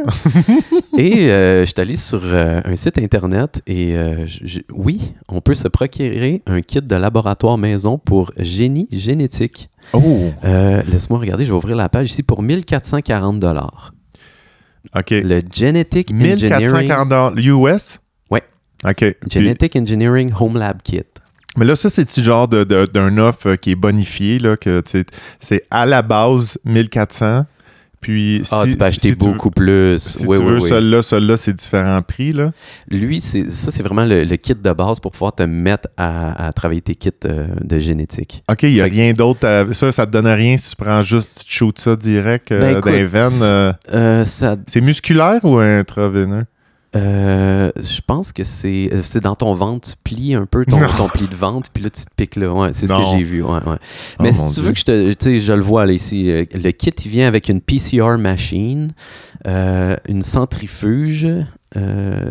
[SPEAKER 1] et euh, j'étais allé sur euh, un site internet et euh, j- j- oui, on peut se procurer un kit de laboratoire maison pour génie génétique.
[SPEAKER 2] Oh,
[SPEAKER 1] Euh, Laisse-moi regarder, je vais ouvrir la page ici pour 1440
[SPEAKER 2] OK.
[SPEAKER 1] Le Genetic Engineering
[SPEAKER 2] 1440 dollars US?
[SPEAKER 1] Ouais.
[SPEAKER 2] OK. Puis-
[SPEAKER 1] Genetic Engineering Home Lab Kit.
[SPEAKER 2] mais là, ça, c'est-tu genre de- de- d'un offre euh, qui est bonifiée, là, que tu sais, c'est à la base 1400, puis
[SPEAKER 1] Ah,
[SPEAKER 2] si,
[SPEAKER 1] tu peux acheter
[SPEAKER 2] si veux-
[SPEAKER 1] beaucoup plus.
[SPEAKER 2] si
[SPEAKER 1] oui,
[SPEAKER 2] tu
[SPEAKER 1] oui,
[SPEAKER 2] veux
[SPEAKER 1] oui.
[SPEAKER 2] celui-là, celui-là, c'est différents prix, là.
[SPEAKER 1] Lui, c'est- ça, c'est vraiment le, le kit de base pour pouvoir te mettre à, à travailler tes kits euh, de génétique.
[SPEAKER 2] OK, il n'y a
[SPEAKER 1] Fait que-
[SPEAKER 2] rien d'autre. à- Ça, ça te donne rien si tu prends juste, tu te shoots ça direct euh,
[SPEAKER 1] Ben, écoute,
[SPEAKER 2] dans les veines. euh,
[SPEAKER 1] Euh, ça,
[SPEAKER 2] c'est musculaire ou intraveineux?
[SPEAKER 1] euh, je pense que c'est euh, c'est dans ton ventre, tu plies un peu ton,
[SPEAKER 2] Non.
[SPEAKER 1] ton pli de ventre, puis là, tu te piques là. Ouais, c'est ce que
[SPEAKER 2] Non.
[SPEAKER 1] j'ai vu. ouais, ouais.
[SPEAKER 2] Oh,
[SPEAKER 1] Mais si
[SPEAKER 2] mon
[SPEAKER 1] tu
[SPEAKER 2] Dieu.
[SPEAKER 1] veux que je te. Tu sais, je le vois là, ici. euh, Le kit, il vient avec une PCR machine, euh, une centrifuge, euh,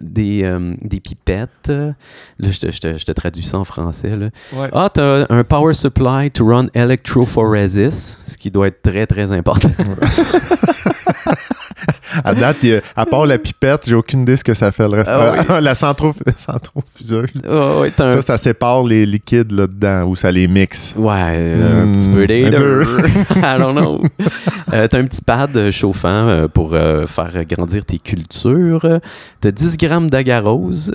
[SPEAKER 1] des, euh, des pipettes. Là, je te, je te- je te traduis ça en français. Là.
[SPEAKER 3] Ouais.
[SPEAKER 1] Ah, t'as un power supply to run electrophoresis, ce qui doit être très, très important.
[SPEAKER 2] À date, il y a- à part la pipette, j'ai aucune idée ce que ça fait le reste.
[SPEAKER 1] Ah
[SPEAKER 2] la centro- centrifugeuse.
[SPEAKER 1] Ah, ouais, t'as un-
[SPEAKER 2] Ça, ça sépare les liquides là-dedans ou ça les mixe.
[SPEAKER 1] Ouais, euh, un
[SPEAKER 2] Hmm,
[SPEAKER 1] petit peu des
[SPEAKER 2] un
[SPEAKER 1] deux. I don't know. Euh, t'as un petit pad euh, chauffant euh, pour euh, faire grandir tes cultures. T'as 10 grammes d'agarose.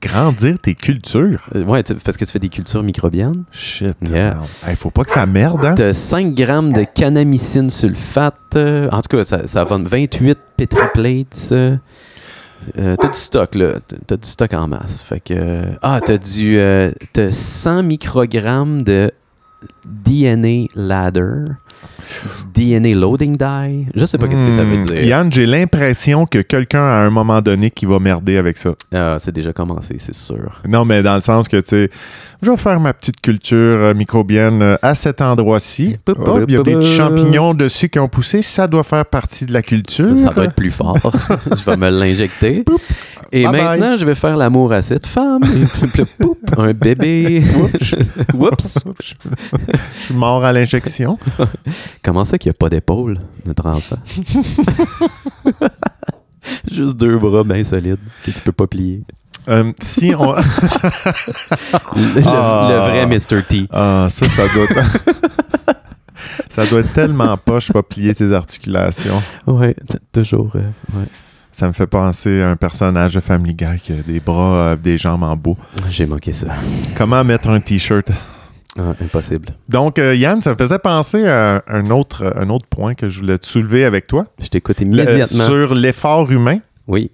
[SPEAKER 2] Grandir tes cultures.
[SPEAKER 1] Euh, ouais, tu- parce que tu fais des cultures microbiennes.
[SPEAKER 2] Shit.
[SPEAKER 1] Yeah.
[SPEAKER 2] man. Hey, faut pas que ça merde, hein?
[SPEAKER 1] T'as 5 grammes de canamycine sulfate. Euh, En tout cas, ça, ça va 28 Petri Plates. euh. Euh, t'as du stock, là. T'as- T'as du stock en masse. Fait que. euh, Ah, t'as du. euh, t'as 100 microgrammes de DNA ladder, du DNA loading die. Je sais pas qu'est-ce que ça veut
[SPEAKER 2] Hmm.
[SPEAKER 1] dire.
[SPEAKER 2] Yann, j'ai l'impression que quelqu'un à un moment donné qui va merder avec ça.
[SPEAKER 1] Ah, c'est déjà commencé, c'est sûr.
[SPEAKER 2] Non, mais dans le sens que, tu sais, je vais faire ma petite culture euh, microbienne euh, à cet endroit-ci.
[SPEAKER 1] Pou- pou-
[SPEAKER 2] Oh, Il y a
[SPEAKER 1] pou-
[SPEAKER 2] des petits
[SPEAKER 1] pou-
[SPEAKER 2] champignons dessus qui ont poussé. Ça doit faire partie de la culture.
[SPEAKER 1] Ça va être plus fort. je vais me l'injecter. Et
[SPEAKER 2] Bye
[SPEAKER 1] maintenant, je vais faire l'amour à cette femme. Et puis, puis, poup, un bébé. Oups.
[SPEAKER 2] Je suis mort à l'injection.
[SPEAKER 1] Comment ça qu'il n'y a pas d'épaule, notre enfant? Juste deux bras bien solides que tu peux pas plier.
[SPEAKER 2] Euh, si on.
[SPEAKER 1] Le, le-
[SPEAKER 2] Ah.
[SPEAKER 1] le vrai Mr. T.
[SPEAKER 2] Ah, ça, ça doit. ça doit être tellement poche, pas plier tes articulations.
[SPEAKER 1] Ouais, t- toujours. euh, ouais.
[SPEAKER 2] Ça me fait penser à un personnage de Family Guy qui a des bras, euh, des jambes en bout.
[SPEAKER 1] J'ai manqué ça.
[SPEAKER 2] Comment mettre un T-shirt
[SPEAKER 1] Ah, impossible.
[SPEAKER 2] Donc, euh, Yann, ça me faisait penser à un autre, un autre point que je voulais te soulever avec toi.
[SPEAKER 1] Je t'écoute
[SPEAKER 2] Le-
[SPEAKER 1] immédiatement.
[SPEAKER 2] sur l'effort humain.
[SPEAKER 1] Oui.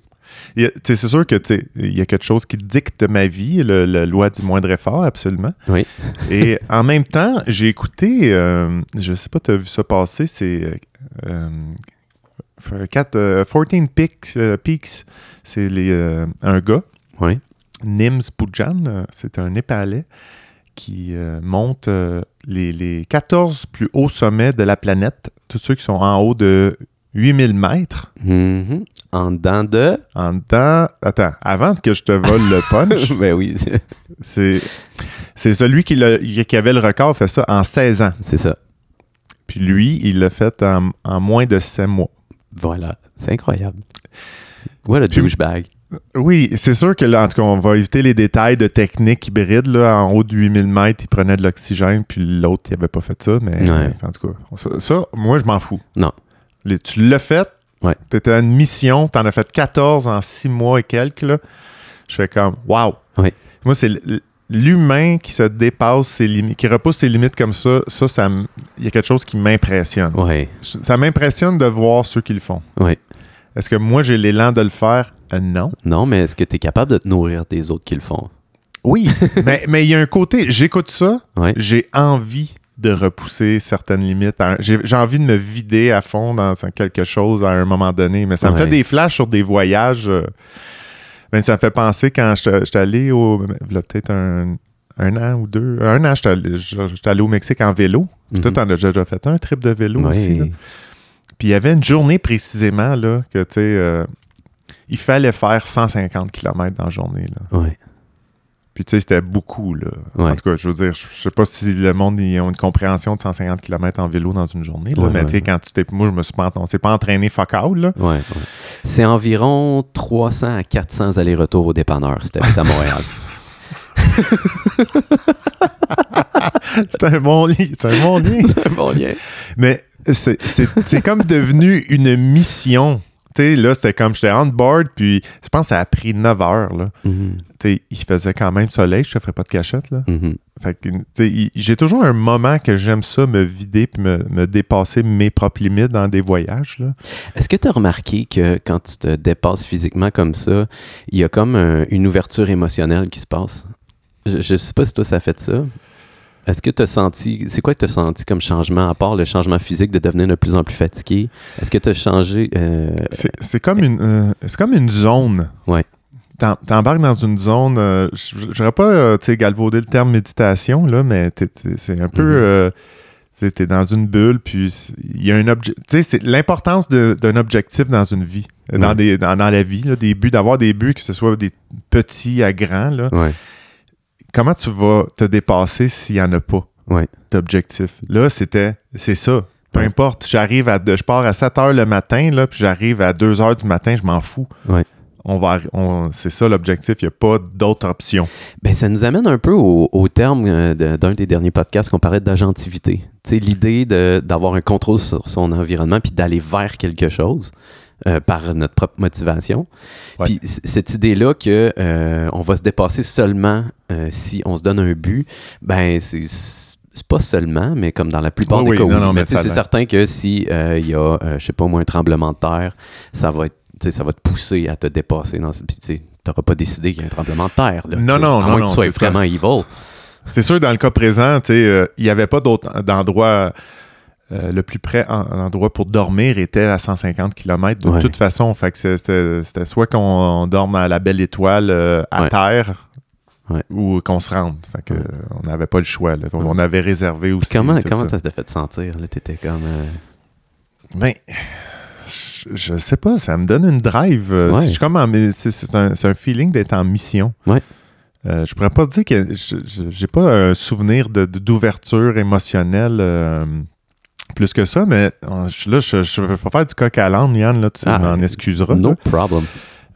[SPEAKER 2] Il y a- tu sais, C'est sûr que tu sais, il y a quelque chose qui dicte ma vie, le- la loi du moindre effort, absolument.
[SPEAKER 1] Oui.
[SPEAKER 2] Et en même temps, j'ai écouté, euh, je sais pas, tu as vu ça passer, c'est euh, euh, quatre- euh, 14 Peaks, euh, Peaks. c'est les, euh, un gars
[SPEAKER 1] Oui.
[SPEAKER 2] Nims Pujan, euh, c'est un Népalais qui euh, monte euh, les, les 14 plus hauts sommets de la planète, tous ceux qui sont en haut de 8000 mètres.
[SPEAKER 1] Mhm. En dedans de.
[SPEAKER 2] En dedans. Attends, avant que je te vole le punch,
[SPEAKER 1] ben oui,
[SPEAKER 2] c'est, c'est celui qui, l'a- qui avait le record fait ça en 16 ans.
[SPEAKER 1] c'est ça.
[SPEAKER 2] Puis lui, il l'a fait en, en moins de 7 mois.
[SPEAKER 1] Voilà. C'est incroyable. What a
[SPEAKER 2] Puis-
[SPEAKER 1] douchebag.
[SPEAKER 2] Oui, c'est sûr que là, en tout cas, on va éviter les détails de technique hybride. Là, en haut de 8000 mètres, il prenait de l'oxygène, puis l'autre, il n'avait pas fait ça. Mais
[SPEAKER 1] Ouais.
[SPEAKER 2] euh, en tout cas, on- ça, ça, moi, je m'en fous.
[SPEAKER 1] Non.
[SPEAKER 2] Les- tu l'as fait.
[SPEAKER 1] Ouais.
[SPEAKER 2] Tu étais en mission. Tu en as fait 14 en 6 mois et quelques. Là. Je fais comme, waouh.
[SPEAKER 1] Ouais.
[SPEAKER 2] Moi, c'est l- l'humain qui se dépasse ses limites, qui repousse ses limites comme ça. Ça, ça m- il y a quelque chose qui m'impressionne.
[SPEAKER 1] Ouais.
[SPEAKER 2] Ça m'impressionne de voir ceux qui le font.
[SPEAKER 1] Ouais.
[SPEAKER 2] Est-ce que moi, j'ai l'élan de le faire? Euh, non.
[SPEAKER 1] Non, mais est-ce que tu es capable de te nourrir des autres qui le font?
[SPEAKER 2] Oui, mais mais il y a un côté, j'écoute ça,
[SPEAKER 1] Ouais.
[SPEAKER 2] j'ai envie de repousser certaines limites. à un- J'ai j'ai envie de me vider à fond dans un- quelque chose à un moment donné. Mais ça me
[SPEAKER 1] Ouais.
[SPEAKER 2] fait des flashs sur des voyages. euh, ben, ça me fait penser quand j'étais j'étais allé au... il y a peut-être un, un an ou deux. Un an, j'étais allé- j'étais allé au Mexique en vélo. Puis Toi,
[SPEAKER 1] Mhm.
[SPEAKER 2] t'en as déjà fait un trip de vélo
[SPEAKER 1] Ouais.
[SPEAKER 2] aussi. là. Puis il y avait une journée précisément là, que, tu sais, euh, il fallait faire 150 km dans la journée. Là.
[SPEAKER 1] Ouais.
[SPEAKER 2] Puis tu sais, c'était beaucoup, là.
[SPEAKER 1] Ouais.
[SPEAKER 2] En tout cas, je veux dire, je je sais pas si le monde ils ont une compréhension de 150 km en vélo dans une journée, là,
[SPEAKER 1] Ouais,
[SPEAKER 2] mais
[SPEAKER 1] ouais,
[SPEAKER 2] tu sais, quand tu t'es... Moi, je me suis pas... On s'est pas entraîné fuck out, là.
[SPEAKER 1] Ouais, ouais. C'est environ 300 à 400 allers-retours au dépanneur si t'habites à Montréal.
[SPEAKER 2] C'est un bon lit, c'est un bon lit.
[SPEAKER 1] bon lien.
[SPEAKER 2] mais c'est, c'est, c'est comme devenu une mission. Tu sais, là, c'était comme... J'étais on board, puis je pense que ça a pris 9 heures, là.
[SPEAKER 1] Mhm.
[SPEAKER 2] Tu sais, il faisait quand même soleil, je te ferais pas de cachette, là.
[SPEAKER 1] Mhm.
[SPEAKER 2] Fait que, tu sais, il- j'ai toujours un moment que j'aime ça, me vider puis me, me dépasser mes propres limites dans des voyages, là.
[SPEAKER 1] Est-ce que tu as remarqué que quand tu te dépasses physiquement comme ça, il y a comme un- une ouverture émotionnelle qui se passe? Je, je sais pas si toi ça a fait ça. Est-ce que tu as senti, c'est quoi que tu as senti comme changement, à part le changement physique de devenir de plus en plus fatigué? Est-ce que tu as changé? euh,
[SPEAKER 2] C'est- C'est comme une euh, c'est comme une zone.
[SPEAKER 1] Ouais.
[SPEAKER 2] T'em- T'embarques dans une zone, euh, je j'aurais pas euh, tu sais, galvaudé le terme méditation, là, mais t'es- t'es- c'est un peu.
[SPEAKER 1] Mhm.
[SPEAKER 2] euh, t'es- T'es dans une bulle, puis c'est- il y a un objet. Tu sais, c'est l'importance de- d'un objectif dans une vie, euh, dans,
[SPEAKER 1] Ouais.
[SPEAKER 2] des, dans, dans la vie, là, des buts, d'avoir des buts, que ce soit des petits à grands. Là.
[SPEAKER 1] ouais,
[SPEAKER 2] Comment tu vas te dépasser s'il n'y en a pas
[SPEAKER 1] Ouais.
[SPEAKER 2] d'objectif? Là, c'était, c'est ça. Peu
[SPEAKER 1] Ouais.
[SPEAKER 2] importe, j'arrive à, je pars à 7 heures le matin, là, puis j'arrive à 2 heures du matin, je m'en fous.
[SPEAKER 1] Ouais.
[SPEAKER 2] On va, arri- on- c'est ça l'objectif, il n'y a pas d'autre option.
[SPEAKER 1] Ben, ça nous amène un peu au, au terme euh, de- d'un des derniers podcasts qu'on parlait d'agentivité. Tu sais, l'idée de- d'avoir un contrôle sur son environnement puis d'aller vers quelque chose euh, par notre propre motivation.
[SPEAKER 2] Ouais.
[SPEAKER 1] Puis c- cette idée-là que euh, on va se dépasser seulement euh, si on se donne un but, ben c'est c'est pas seulement, mais comme dans la plupart
[SPEAKER 2] Oui,
[SPEAKER 1] des cas,
[SPEAKER 2] oui, non,
[SPEAKER 1] oui.
[SPEAKER 2] non,
[SPEAKER 1] Mais
[SPEAKER 2] mais
[SPEAKER 1] tu sais,
[SPEAKER 2] ça
[SPEAKER 1] c'est
[SPEAKER 2] l'a-
[SPEAKER 1] certain que si euh, il y a, euh, je sais pas moi, un tremblement de terre, ça va être, tu sais, ça va te pousser à te dépasser dans. cette- Puis tu sais, t'auras pas décidé qu'il y a un tremblement de terre. là,
[SPEAKER 2] Non,
[SPEAKER 1] tu sais, à
[SPEAKER 2] non, non,
[SPEAKER 1] moins
[SPEAKER 2] non,
[SPEAKER 1] que tu sois
[SPEAKER 2] c'est ça.
[SPEAKER 1] vraiment evil.
[SPEAKER 2] C'est sûr, dans le cas présent, tu sais, euh, il n'y avait pas d'autre d'endroit. euh, le plus près en, endroit pour dormir était à 150 km de
[SPEAKER 1] Ouais.
[SPEAKER 2] toute façon. Fait que c'est- c'était c'était soit qu'on on dorme à la belle étoile euh, à
[SPEAKER 1] Ouais.
[SPEAKER 2] terre
[SPEAKER 1] Ouais.
[SPEAKER 2] ou qu'on se rende. Fait que,
[SPEAKER 1] Ouais.
[SPEAKER 2] euh, on n'avait pas le choix. là. On, on avait réservé
[SPEAKER 1] Puis
[SPEAKER 2] aussi.
[SPEAKER 1] comment
[SPEAKER 2] tout
[SPEAKER 1] comment
[SPEAKER 2] ça.
[SPEAKER 1] ça s'était fait sentir? Là, t'étais comme. euh,
[SPEAKER 2] Ben, je, je sais pas, ça me donne une drive. euh,
[SPEAKER 1] Ouais.
[SPEAKER 2] si je suis comme en- mais c'est, c'est un, c'est un feeling d'être en mission.
[SPEAKER 1] Ouais.
[SPEAKER 2] Euh, je pourrais pas dire que je- je- j'ai pas un souvenir de- de- d'ouverture émotionnelle euh, plus que ça, mais euh, je, là, je, je vais pas faire du coq à l'âne, Yann, là, tu
[SPEAKER 1] Ah,
[SPEAKER 2] m'en excuseras.
[SPEAKER 1] no
[SPEAKER 2] là.
[SPEAKER 1] problem.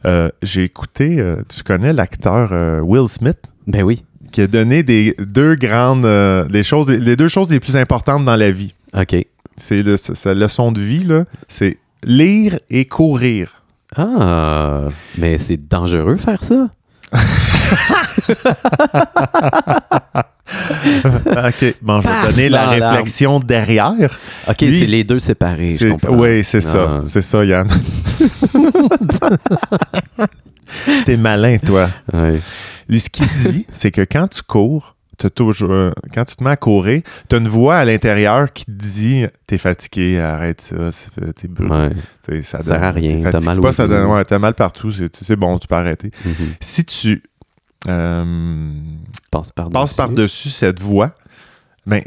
[SPEAKER 2] Euh, j'ai écouté, euh, tu connais l'acteur euh, Will Smith?
[SPEAKER 1] Ben oui.
[SPEAKER 2] qui a donné des deux grandes euh, les choses les deux choses les plus importantes dans la vie
[SPEAKER 1] OK.
[SPEAKER 2] c'est le- sa sa leçon de vie, là. C'est lire et courir.
[SPEAKER 1] Ah, mais c'est dangereux faire ça.
[SPEAKER 2] OK. Bon, je vais
[SPEAKER 1] Paf,
[SPEAKER 2] donner la
[SPEAKER 1] dans l'arbre.
[SPEAKER 2] réflexion derrière.
[SPEAKER 1] OK,
[SPEAKER 2] Lui-
[SPEAKER 1] c'est les deux séparés. je
[SPEAKER 2] C'est-
[SPEAKER 1] comprends.
[SPEAKER 2] Oui, c'est ça.
[SPEAKER 1] Ah.
[SPEAKER 2] C'est ça, Yann. T'es malin, toi.
[SPEAKER 1] Ouais.
[SPEAKER 2] Lui, ce qu'il dit, c'est que quand tu cours, t'as toujours, euh, quand tu te mets à courir, t'as une voix à l'intérieur qui te dit T'es fatigué, arrête ça, c'est- t'es brûlé.
[SPEAKER 1] Ouais.
[SPEAKER 2] T'sais, Ça
[SPEAKER 1] sert
[SPEAKER 2] donne-
[SPEAKER 1] à rien,
[SPEAKER 2] t'es
[SPEAKER 1] t'as
[SPEAKER 2] fatigué
[SPEAKER 1] mal au
[SPEAKER 2] pas, ça
[SPEAKER 1] dos.
[SPEAKER 2] donne- ouais, T'as mal partout, c'est c'est bon, tu peux arrêter.
[SPEAKER 1] Mhm.
[SPEAKER 2] Si tu. euh,
[SPEAKER 1] Passe par-dessus.
[SPEAKER 2] passe par-dessus cette voie, ben,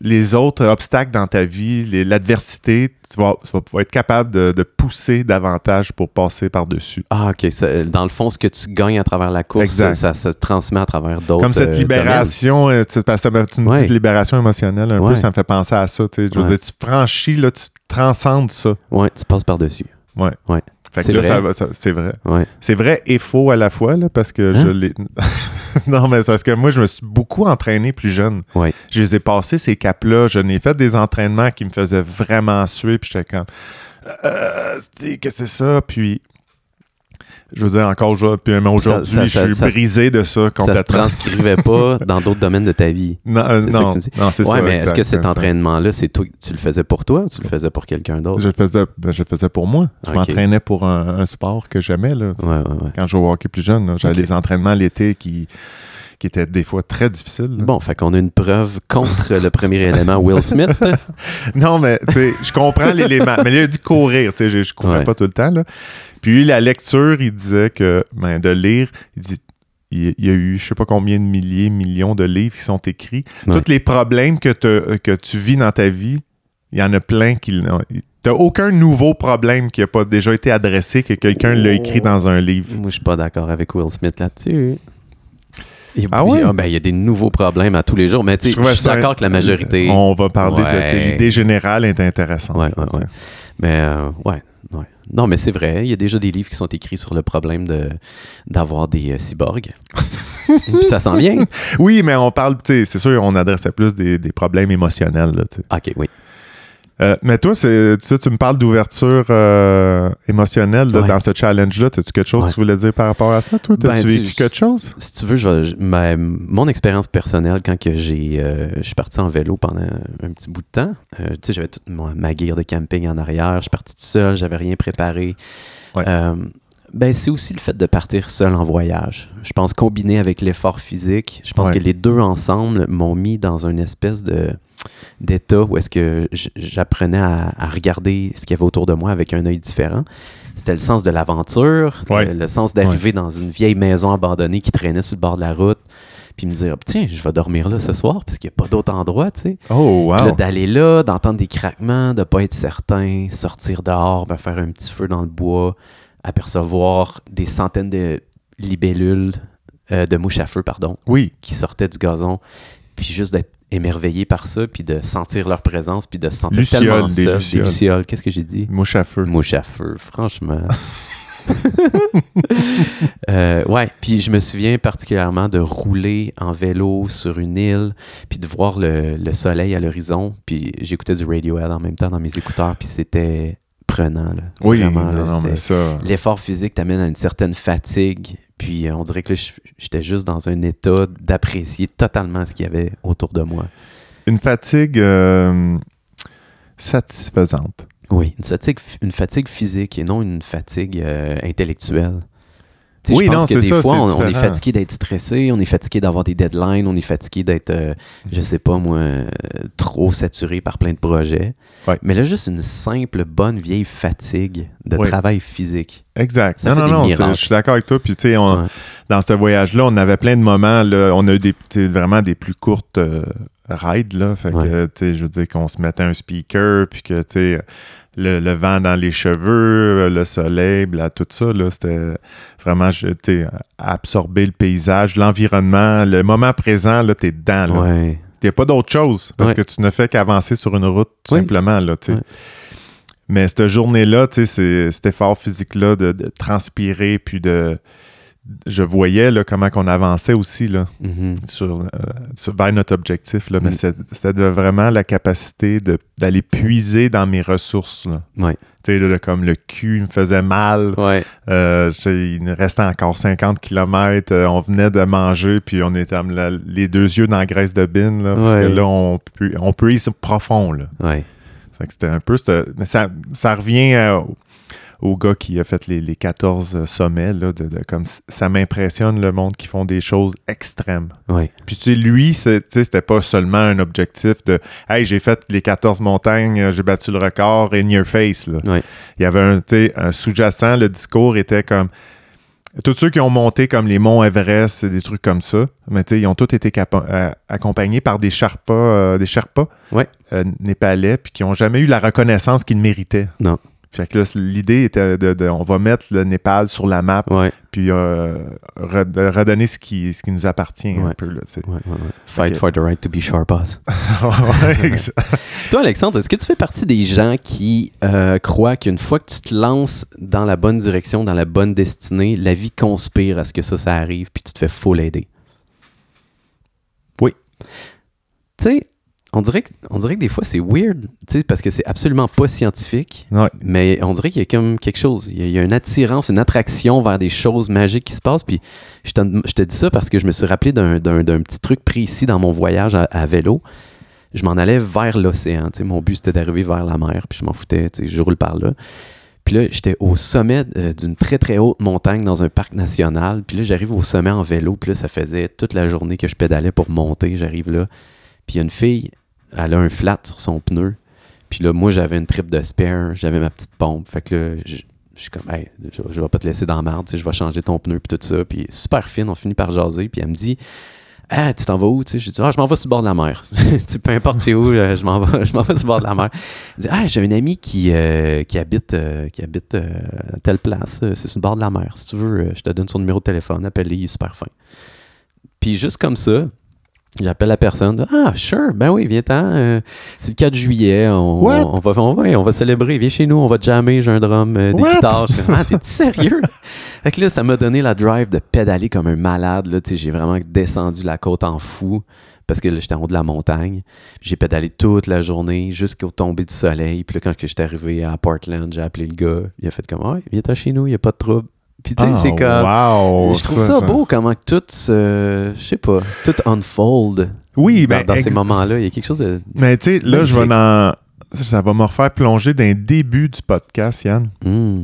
[SPEAKER 2] les autres obstacles dans ta vie, les- l'adversité, tu vas, tu vas pouvoir être capable de, de pousser davantage pour passer par-dessus.
[SPEAKER 1] Ah, OK. ça- dans le fond, ce que tu gagnes à travers la course,
[SPEAKER 2] Exact.
[SPEAKER 1] ça, ça se transmet à travers d'autres.
[SPEAKER 2] Comme cette
[SPEAKER 1] euh,
[SPEAKER 2] libération, euh, tu sais, parce que ça me- tu me
[SPEAKER 1] Ouais.
[SPEAKER 2] dis libération émotionnelle un peu,
[SPEAKER 1] Ouais.
[SPEAKER 2] ça me fait penser à ça. tu sais. Je veux
[SPEAKER 1] Ouais.
[SPEAKER 2] dire, tu franchis, là, tu transcendes ça.
[SPEAKER 1] domaines. Ouais, tu passes par-dessus.
[SPEAKER 2] Fait que
[SPEAKER 1] C'est
[SPEAKER 2] là,
[SPEAKER 1] vrai?
[SPEAKER 2] ça va- ça- c'est vrai.
[SPEAKER 1] Ouais.
[SPEAKER 2] C'est vrai et faux à la fois, là, parce que
[SPEAKER 1] Hein?
[SPEAKER 2] je l'ai. non, mais c'est parce que moi, je me suis beaucoup entraîné plus jeune.
[SPEAKER 1] Ouais.
[SPEAKER 2] Je les ai passés, ces caps-là. Je n'ai fait des entraînements qui me faisaient vraiment suer, puis j'étais comme. Euh, c'est- qu'est-ce que c'est ça? Puis. Je veux dire, encore je- puis, mais
[SPEAKER 1] Ça-
[SPEAKER 2] aujourd'hui,
[SPEAKER 1] ça-
[SPEAKER 2] je
[SPEAKER 1] ça-
[SPEAKER 2] suis
[SPEAKER 1] ça-
[SPEAKER 2] brisé de ça
[SPEAKER 1] Ça se
[SPEAKER 2] complètement.
[SPEAKER 1] transcrivait pas dans d'autres domaines de ta vie.
[SPEAKER 2] non, euh,
[SPEAKER 1] c'est ça
[SPEAKER 2] non,
[SPEAKER 1] que tu me dis.
[SPEAKER 2] non, c'est
[SPEAKER 1] ouais,
[SPEAKER 2] ça.
[SPEAKER 1] mais est-ce
[SPEAKER 2] exact,
[SPEAKER 1] que
[SPEAKER 2] c'est
[SPEAKER 1] cet
[SPEAKER 2] ça.
[SPEAKER 1] entraînement-là, c'est toi, tu le faisais pour toi ou tu le faisais pour quelqu'un d'autre?
[SPEAKER 2] Je le faisais, ben, je le faisais pour moi. Je
[SPEAKER 1] Ok.
[SPEAKER 2] m'entraînais pour un, un sport que j'aimais. Là,
[SPEAKER 1] Ouais, ouais, ouais.
[SPEAKER 2] quand je jouais au hockey plus jeune, là, j'avais
[SPEAKER 1] Ok.
[SPEAKER 2] des entraînements l'été qui, qui étaient des fois très difficiles. là.
[SPEAKER 1] Bon, fait qu'on a une preuve contre le premier élément Will Smith.
[SPEAKER 2] Non, mais tu sais, je comprends l'élément. Mais là, il a dit courir. tu sais, Je, je courais
[SPEAKER 1] Ouais.
[SPEAKER 2] pas tout le temps. Là. Puis la lecture, il disait que ben, de lire, il dit il il y a eu je sais pas combien de milliers, millions de livres qui sont écrits.
[SPEAKER 1] Ouais.
[SPEAKER 2] Tous les problèmes que, te- que tu vis dans ta vie, il y en a plein qui l'ont. T'as aucun nouveau problème qui n'a pas déjà été adressé que quelqu'un l'a écrit
[SPEAKER 1] Oh.
[SPEAKER 2] dans un livre.
[SPEAKER 1] Moi, je suis pas d'accord avec Will Smith là-dessus. Il y a,
[SPEAKER 2] Ah
[SPEAKER 1] il y a-
[SPEAKER 2] ouais?
[SPEAKER 1] ben, il y a des nouveaux problèmes à tous les jours, mais tu sais,
[SPEAKER 2] Je
[SPEAKER 1] je
[SPEAKER 2] trouvais
[SPEAKER 1] suis
[SPEAKER 2] ça-
[SPEAKER 1] d'accord que la majorité.
[SPEAKER 2] On va parler de
[SPEAKER 1] Ouais.
[SPEAKER 2] tu sais, l'idée générale est intéressante.
[SPEAKER 1] Ouais,
[SPEAKER 2] ça,
[SPEAKER 1] ouais,
[SPEAKER 2] tu sais.
[SPEAKER 1] Mais euh, ouais, ouais. Non, mais c'est vrai, il y a déjà des livres qui sont écrits sur le problème de d'avoir des euh, cyborgs. Puis ça s'en vient.
[SPEAKER 2] Oui, mais on parle, tu sais, c'est sûr, on adressait plus des, des problèmes émotionnels. Là, tu sais.
[SPEAKER 1] Ok, oui.
[SPEAKER 2] Euh, mais toi, c'est- tu, sais, tu me parles d'ouverture euh, émotionnelle là,
[SPEAKER 1] Ouais.
[SPEAKER 2] dans ce challenge-là. As-tu quelque chose que
[SPEAKER 1] Ouais.
[SPEAKER 2] tu voulais dire par rapport à ça, toi?
[SPEAKER 1] Ben,
[SPEAKER 2] T'as-tu
[SPEAKER 1] tu-
[SPEAKER 2] vécu quelque chose?
[SPEAKER 1] Si tu veux, je vais- je- ma- mon expérience personnelle, quand que j'ai, euh, je suis parti en vélo pendant un petit bout de temps, euh, tu sais, j'avais toute mon- ma gear de camping en arrière, je suis parti tout seul, j'avais rien préparé.
[SPEAKER 2] Ouais.
[SPEAKER 1] Euh, ben, c'est aussi le fait de partir seul en voyage. Je pense combiné avec l'effort physique, je pense
[SPEAKER 2] Ouais.
[SPEAKER 1] que les deux ensemble m'ont mis dans une espèce de d'état où est-ce que j- j'apprenais à, à regarder ce qu'il y avait autour de moi avec un œil différent. C'était le sens de l'aventure,
[SPEAKER 2] Ouais.
[SPEAKER 1] le, le sens d'arriver dans une vieille maison abandonnée qui traînait sur le bord de la route, puis me dire, Ah, tiens, je vais dormir là ce soir parce qu'il n'y a pas d'autre endroit, tu sais.
[SPEAKER 2] Oh,
[SPEAKER 1] Puis là,
[SPEAKER 2] wow!
[SPEAKER 1] d'aller là, d'entendre des craquements, de pas être certain, sortir dehors, ben, faire un petit feu dans le bois, apercevoir des centaines de libellules, euh, de mouches à feu, pardon,
[SPEAKER 2] Oui,
[SPEAKER 1] qui sortaient du gazon, puis juste d'être émerveillé par ça, puis de sentir leur présence, puis de se sentir
[SPEAKER 2] Lucioles,
[SPEAKER 1] tellement
[SPEAKER 2] des
[SPEAKER 1] seul.
[SPEAKER 2] lucioles.
[SPEAKER 1] Des lucioles, qu'est-ce que j'ai dit?
[SPEAKER 2] mouche à feu.
[SPEAKER 1] Mouche à feu, franchement. Euh, ouais, puis je me souviens particulièrement de rouler en vélo sur une île, puis de voir le, le soleil à l'horizon, puis j'écoutais du Radiohead en même temps dans mes écouteurs, puis c'était prenant. Là.
[SPEAKER 2] Oui,
[SPEAKER 1] Vraiment, là,
[SPEAKER 2] non, non,
[SPEAKER 1] c'était-
[SPEAKER 2] mais ça...
[SPEAKER 1] L'effort physique t'amène à une certaine fatigue, puis euh, on dirait que là, je- j'étais juste dans un état d'apprécier totalement ce qu'il y avait autour de moi.
[SPEAKER 2] Une fatigue euh, satisfaisante.
[SPEAKER 1] Oui, une fatigue, une fatigue physique et non une fatigue euh, intellectuelle. Tu sais,
[SPEAKER 2] Oui,
[SPEAKER 1] je pense
[SPEAKER 2] non,
[SPEAKER 1] que
[SPEAKER 2] c'est
[SPEAKER 1] des
[SPEAKER 2] ça,
[SPEAKER 1] fois,
[SPEAKER 2] c'est
[SPEAKER 1] on, on est
[SPEAKER 2] différent.
[SPEAKER 1] fatigué d'être stressé, on est fatigué d'avoir des deadlines, on est fatigué d'être, euh, je sais pas moi, euh, trop saturé par plein de projets.
[SPEAKER 2] Ouais.
[SPEAKER 1] Mais là, juste une simple, bonne vieille fatigue de
[SPEAKER 2] Oui.
[SPEAKER 1] travail physique.
[SPEAKER 2] Exact.
[SPEAKER 1] Ça fait
[SPEAKER 2] non,
[SPEAKER 1] des
[SPEAKER 2] non, non,
[SPEAKER 1] miracles.
[SPEAKER 2] c'est- je suis d'accord avec toi. Puis, tu sais, on-
[SPEAKER 1] Ouais.
[SPEAKER 2] dans ce voyage-là, on avait plein de moments. Là, on a eu des, tu sais, vraiment des plus courtes euh, rides. Là, fait que,
[SPEAKER 1] Ouais.
[SPEAKER 2] tu sais, je veux dire qu'on se mettait un speaker, puis que, tu sais, le, le vent dans les cheveux, euh, le soleil, là, tout ça, là, c'était vraiment, je- tu sais, absorber le paysage, l'environnement, le moment présent, là, t'es dedans, là.
[SPEAKER 1] Ouais.
[SPEAKER 2] Il n'y a pas d'autre chose parce
[SPEAKER 1] Ouais.
[SPEAKER 2] que tu ne fais qu'avancer sur une route tout
[SPEAKER 1] Oui.
[SPEAKER 2] simplement. Là, tu sais.
[SPEAKER 1] Ouais.
[SPEAKER 2] Mais cette journée-là, tu sais, c'est- cet effort physique-là de, de transpirer, puis de. Je voyais là, comment on avançait aussi là,
[SPEAKER 1] Mhm.
[SPEAKER 2] sur, euh, sur- vers notre objectif. Là, Mais
[SPEAKER 1] Mm.
[SPEAKER 2] c'est- c'était vraiment la capacité de- d'aller puiser dans mes ressources. Là.
[SPEAKER 1] Ouais.
[SPEAKER 2] Tu sais, là, là, comme le cul me faisait mal,
[SPEAKER 1] Ouais.
[SPEAKER 2] euh, je sais, il nous restait encore 50 km. on venait de manger, puis on était am- la- les deux yeux dans la graisse de bine. Là, Parce
[SPEAKER 1] Ouais.
[SPEAKER 2] que là, on, pu- on puise profond. Là.
[SPEAKER 1] Ouais.
[SPEAKER 2] Fait que c'était un peu. c'était- mais ça, ça revient euh, au- au gars qui a fait les, les 14 sommets. Là, de, de- comme, ça m'impressionne le monde qui font des choses extrêmes.
[SPEAKER 1] Ouais.
[SPEAKER 2] Puis tu sais, lui, c'est- tu sais, c'était pas seulement un objectif de Hey, j'ai fait les 14 montagnes, euh, j'ai battu le record, in your face. là.
[SPEAKER 1] Ouais.
[SPEAKER 2] Il y avait un, tu sais, un sous-jacent, le discours était comme tous ceux qui ont monté comme les monts Everest, et des trucs comme ça, mais tu sais, ils ont tous été capa- euh, accompagnés par des Sherpas, euh, des Sherpas
[SPEAKER 1] Ouais.
[SPEAKER 2] euh, népalais, puis qui n'ont jamais eu la reconnaissance qu'ils méritaient.
[SPEAKER 1] Non.
[SPEAKER 2] Fait que là, l'idée était de, de- on va mettre le Népal sur la map,
[SPEAKER 1] Ouais.
[SPEAKER 2] puis euh, re- redonner ce qui, ce qui nous appartient un
[SPEAKER 1] Ouais.
[SPEAKER 2] peu. Là, tu sais.
[SPEAKER 1] Ouais. ouais, ouais. Fight
[SPEAKER 2] que-
[SPEAKER 1] for the right to be sharp ass.
[SPEAKER 2] Ouais, exact.
[SPEAKER 1] Toi, Alexandre, est-ce que tu fais partie des gens qui euh, croient qu'une fois que tu te lances dans la bonne direction, dans la bonne destinée, la vie conspire à ce que ça, ça arrive, puis tu te fais full aider?
[SPEAKER 2] Oui.
[SPEAKER 1] Tu sais, on dirait, que, on dirait que des fois, c'est weird, tu sais, parce que c'est absolument pas scientifique,
[SPEAKER 2] Ouais.
[SPEAKER 1] mais on dirait qu'il y a comme quelque chose. Il y a, il y a une attirance, une attraction vers des choses magiques qui se passent, puis je te, je te dis ça parce que je me suis rappelé d'un, d'un- d'un petit truc précis dans mon voyage à, à vélo. Je m'en allais vers l'océan. tu sais, Mon but, c'était d'arriver vers la mer, puis je m'en foutais. tu sais, Je roule par là. Puis là, j'étais au sommet euh, d'une très, très haute montagne dans un parc national. Puis là, j'arrive au sommet en vélo. Puis là, ça faisait toute la journée que je pédalais pour monter. J'arrive là. Puis il y a une fille, elle a un flat sur son pneu. Puis là, moi, j'avais une trip de spare. J'avais ma petite pompe. Fait que là, je, je suis comme, hey, je, je vais pas te laisser dans la merde. tu sais, Je vais changer ton pneu. Puis tout ça. Puis super fine. On finit par jaser. Puis elle me dit, ah, tu t'en vas où? Tu sais, je dis, ah, je m'en vais sur le bord de la mer. Tu sais, peu importe c'est où, euh, je m'en vais, je m'en vais sur le bord de la mer. Elle dit, ah, j'ai un ami qui, euh, qui habite, euh, qui habite euh, à telle place, euh, c'est sur le bord de la mer. Si tu veux, euh, je te donne son numéro de téléphone, appelle-le, il est super fin. Puis juste comme ça, j'appelle la personne, ah, sure, ben oui, viens-t'en, euh, c'est le 4 juillet, on,
[SPEAKER 2] What?
[SPEAKER 1] on va, on, va, on va célébrer, viens chez nous, on va jammer, j'ai un drum, euh, des
[SPEAKER 2] What?
[SPEAKER 1] guitares. Je fais, ah, t'es sérieux? Fait que là, ça m'a donné la drive de pédaler comme un malade. Là, Tu sais, j'ai vraiment descendu la côte en fou parce que là, j'étais en haut de la montagne. J'ai pédalé toute la journée jusqu'au tomber du soleil. Puis là, quand que j'étais arrivé à Portland, j'ai appelé le gars. Il a fait comme Ouais, viens t'en chez nous, il n'y a pas de trouble. Puis tu sais,
[SPEAKER 2] Ah,
[SPEAKER 1] c'est comme.
[SPEAKER 2] wow,
[SPEAKER 1] je trouve ça, beau comment que tout se. Je sais pas, tout unfold.
[SPEAKER 2] Oui,
[SPEAKER 1] dans,
[SPEAKER 2] ben,
[SPEAKER 1] dans ces
[SPEAKER 2] ex-
[SPEAKER 1] moments-là, il y a quelque chose de.
[SPEAKER 2] Mais tu sais, là, je vais dans. Ça va me refaire plonger dans le début du podcast, Yann.
[SPEAKER 1] Hmm.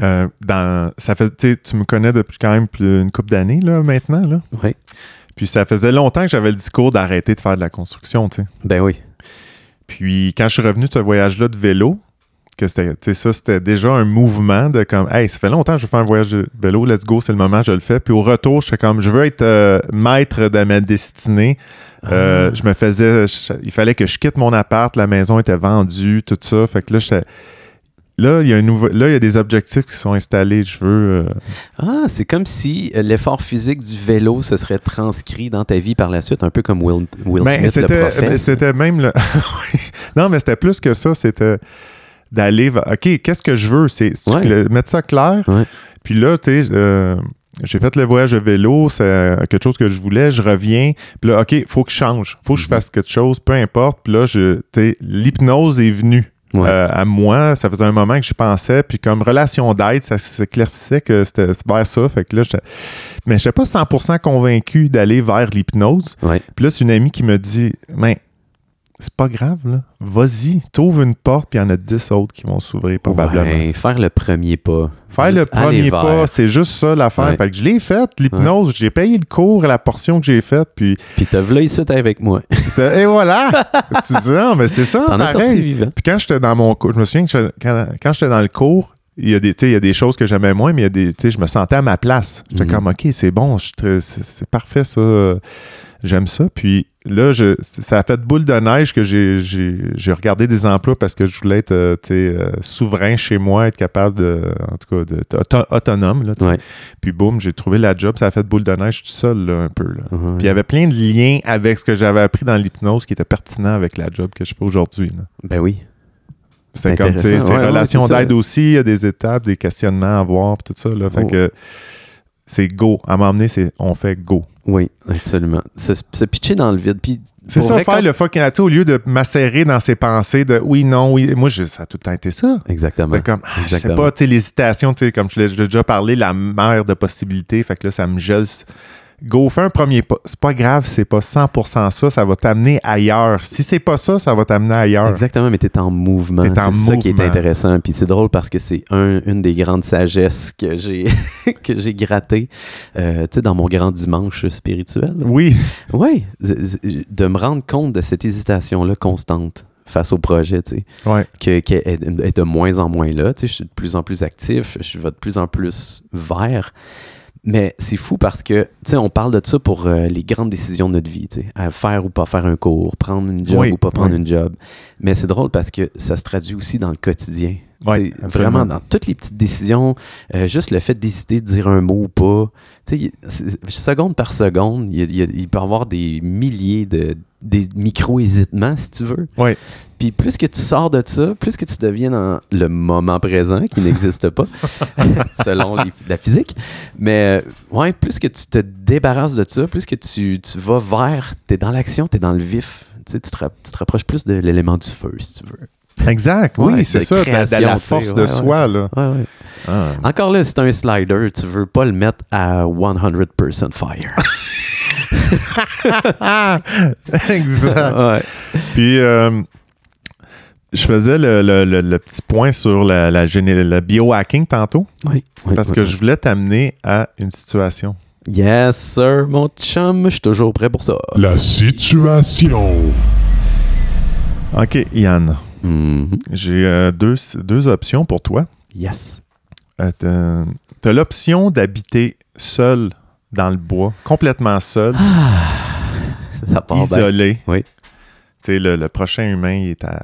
[SPEAKER 2] Euh, dans, ça fait, tu sais, tu me connais depuis quand même plus une couple d'années là, maintenant. Là.
[SPEAKER 1] Ouais.
[SPEAKER 2] Puis ça faisait longtemps que j'avais le discours d'arrêter de faire de la construction. tu sais.
[SPEAKER 1] Ben oui.
[SPEAKER 2] Puis quand je suis revenu de ce voyage-là de vélo, que c'était, tu sais, ça, c'était déjà un mouvement de comme, hey, ça fait longtemps que je fais un voyage de vélo, let's go, c'est le moment, je le fais. Puis au retour, j'étais comme, je veux être euh, maître de ma destinée. Euh, je me faisais, je- il fallait que je quitte mon appart, la maison était vendue, tout ça. Fait que là, j'étais- là, il y a un nouveau, là, il y a des objectifs qui sont installés. Je veux, euh,
[SPEAKER 1] Ah, c'est comme si euh, l'effort physique du vélo se serait transcrit dans ta vie par la suite, un peu comme Will, Will
[SPEAKER 2] Ben,
[SPEAKER 1] Smith, le
[SPEAKER 2] c'était- ben,
[SPEAKER 1] prophète.
[SPEAKER 2] C'était même le. Oui. non, mais c'était plus que ça. C'était d'aller. vers- OK, qu'est-ce que je veux? C'est c'est-tu
[SPEAKER 1] Ouais.
[SPEAKER 2] que le- mettre ça clair.
[SPEAKER 1] Ouais.
[SPEAKER 2] Puis là, tu sais, euh, j'ai fait le voyage de vélo. C'est euh, quelque chose que je voulais. Je reviens. Puis là, OK, faut que je change. faut que je
[SPEAKER 1] Mhm.
[SPEAKER 2] fasse quelque chose. Peu importe. Puis là, je- tu sais, l'hypnose est venue.
[SPEAKER 1] Ouais.
[SPEAKER 2] euh, à moi, ça faisait un moment que je pensais, puis comme relation d'aide, ça s'éclaircissait que c'était c'était vers ça. Fait que là, j'étais- mais je n'étais pas 100% convaincu d'aller vers l'hypnose.
[SPEAKER 1] Ouais.
[SPEAKER 2] Puis là, c'est une amie qui me dit Mais c'est pas grave, là. Vas-y, t'ouvres une porte, puis il y en a 10 autres qui vont s'ouvrir probablement.
[SPEAKER 1] Ouais, faire le premier pas.
[SPEAKER 2] Faire
[SPEAKER 1] Juste
[SPEAKER 2] le
[SPEAKER 1] aller
[SPEAKER 2] premier
[SPEAKER 1] vers.
[SPEAKER 2] pas, c'est juste ça l'affaire.
[SPEAKER 1] Ouais.
[SPEAKER 2] Fait que je l'ai faite, l'hypnose, j'ai payé le cours à la portion que j'ai faite, puis
[SPEAKER 1] Puis te v'là ici, t'es avec moi.
[SPEAKER 2] et voilà! tu dis, non, mais c'est ça,
[SPEAKER 1] T'en as sorti
[SPEAKER 2] Ah, pareil.
[SPEAKER 1] vivant.
[SPEAKER 2] Puis quand j'étais dans mon cours, je me souviens que je- quand, quand j'étais dans le cours, il y a des, tu sais, il y a des choses que j'aimais moins, mais il y a des, tu sais, je me sentais à ma place. J'étais
[SPEAKER 1] Mhm.
[SPEAKER 2] comme, OK, c'est bon, je suis très- c'est c'est parfait, ça. J'aime ça. Puis là, je, ça a fait boule de neige que j'ai- j'ai j'ai regardé des emplois parce que je voulais être euh, tu sais, euh, souverain chez moi, être capable de, en tout cas, de- auto- autonome. là, tu sais.
[SPEAKER 1] Ouais.
[SPEAKER 2] Puis boum, j'ai trouvé la job. Ça a fait boule de neige tout seul, là, un peu. là.
[SPEAKER 1] Ouais.
[SPEAKER 2] Puis il y avait plein de liens avec ce que j'avais appris dans l'hypnose qui était pertinent avec la job que je fais aujourd'hui. là.
[SPEAKER 1] Ben oui.
[SPEAKER 2] C'est
[SPEAKER 1] C'est
[SPEAKER 2] comme, tu sais,
[SPEAKER 1] intéressant.
[SPEAKER 2] c'est
[SPEAKER 1] Ouais, ouais,
[SPEAKER 2] relation
[SPEAKER 1] c'est ça.
[SPEAKER 2] d'aide aussi, il y a des étapes, des questionnements à voir, puis tout ça. Là. Fait
[SPEAKER 1] Oh.
[SPEAKER 2] que c'est go. À m'emmener, c'est on fait go.
[SPEAKER 1] Oui, absolument. Se, se pitcher dans le vide. Puis
[SPEAKER 2] C'est
[SPEAKER 1] pour
[SPEAKER 2] ça,
[SPEAKER 1] vrai,
[SPEAKER 2] faire
[SPEAKER 1] quand-
[SPEAKER 2] le fucking atout au lieu de macérer dans ses pensées de oui, non, oui. Moi, je- ça a tout le temps été ça.
[SPEAKER 1] Exactement.
[SPEAKER 2] Fait comme, ah, je sais
[SPEAKER 1] Exactement.
[SPEAKER 2] pas, tu sais, l'hésitation, tu sais, comme je l'ai je l'ai déjà parlé, la mer de possibilités, fait que là, ça me gèle. Go, fais un premier pas. C'est pas grave, c'est pas 100% ça, ça va t'amener ailleurs. Si c'est pas ça, ça va t'amener ailleurs.
[SPEAKER 1] Exactement, mais tu es en mouvement.
[SPEAKER 2] T'es
[SPEAKER 1] C'est
[SPEAKER 2] en
[SPEAKER 1] ça qui est
[SPEAKER 2] mouvement.
[SPEAKER 1] intéressant. Puis c'est drôle parce que c'est un- une des grandes sagesses que j'ai que j'ai grattée euh, tu sais, dans mon grand dimanche spirituel.
[SPEAKER 2] Oui,
[SPEAKER 1] Oui, de me rendre compte de cette hésitation-là constante face au projet, tu sais,
[SPEAKER 2] ouais.
[SPEAKER 1] que- qu'elle est est de moins en moins là. Tu sais, je suis de plus en plus actif, je vais de plus en plus vert. Mais c'est fou parce que, tu sais, on parle de ça pour euh, les grandes décisions de notre vie, tu sais, à faire ou pas faire un cours, prendre une job
[SPEAKER 2] Oui,
[SPEAKER 1] ou pas prendre
[SPEAKER 2] oui.
[SPEAKER 1] une job. Mais c'est drôle parce que ça se traduit aussi dans le quotidien. Tu
[SPEAKER 2] Ouais,
[SPEAKER 1] sais,
[SPEAKER 2] absolument.
[SPEAKER 1] vraiment dans toutes les petites décisions, euh, juste le fait de décider de dire un mot ou pas. Tu sais, il- c'est- seconde par seconde, il, y a- il y a- il peut y avoir des milliers de des micro-hésitements, si tu veux.
[SPEAKER 2] Ouais.
[SPEAKER 1] Puis plus que tu sors de ça, plus que tu deviens dans le moment présent qui n'existe pas, selon les- la physique. Mais euh, ouais, plus que tu te débarrasses de ça, plus que tu, tu vas vers, t'es dans l'action, t'es dans le vif. Tu, sais, tu, te, ra- tu te rapproches plus de l'élément du feu, si tu veux.
[SPEAKER 2] Exact,
[SPEAKER 1] Ouais,
[SPEAKER 2] oui, c'est
[SPEAKER 1] de
[SPEAKER 2] ça, de la- de la,
[SPEAKER 1] création, tu sais,
[SPEAKER 2] force de
[SPEAKER 1] ouais,
[SPEAKER 2] soi, là.
[SPEAKER 1] Ouais, ouais.
[SPEAKER 2] Ah.
[SPEAKER 1] Encore là, c'est un slider, tu veux pas le mettre à 100% fire.
[SPEAKER 2] exact.
[SPEAKER 1] ouais.
[SPEAKER 2] Puis, euh, je faisais le, le- le- le petit point sur la, la, géné- le biohacking tantôt,
[SPEAKER 1] Oui. oui,
[SPEAKER 2] parce
[SPEAKER 1] oui,
[SPEAKER 2] que
[SPEAKER 1] oui.
[SPEAKER 2] je voulais t'amener à une situation.
[SPEAKER 1] Yes, sir, mon chum, je suis toujours prêt pour ça.
[SPEAKER 3] La situation.
[SPEAKER 2] OK, Yann,
[SPEAKER 1] Mhm.
[SPEAKER 2] j'ai euh, deux, deux options pour toi.
[SPEAKER 1] Yes.
[SPEAKER 2] Euh, t'as- T'as l'option d'habiter seul dans le bois, complètement seul,
[SPEAKER 1] Ça part bien.
[SPEAKER 2] isolé.
[SPEAKER 1] ben, Oui.
[SPEAKER 2] Tu sais, le, le prochain humain, il est à...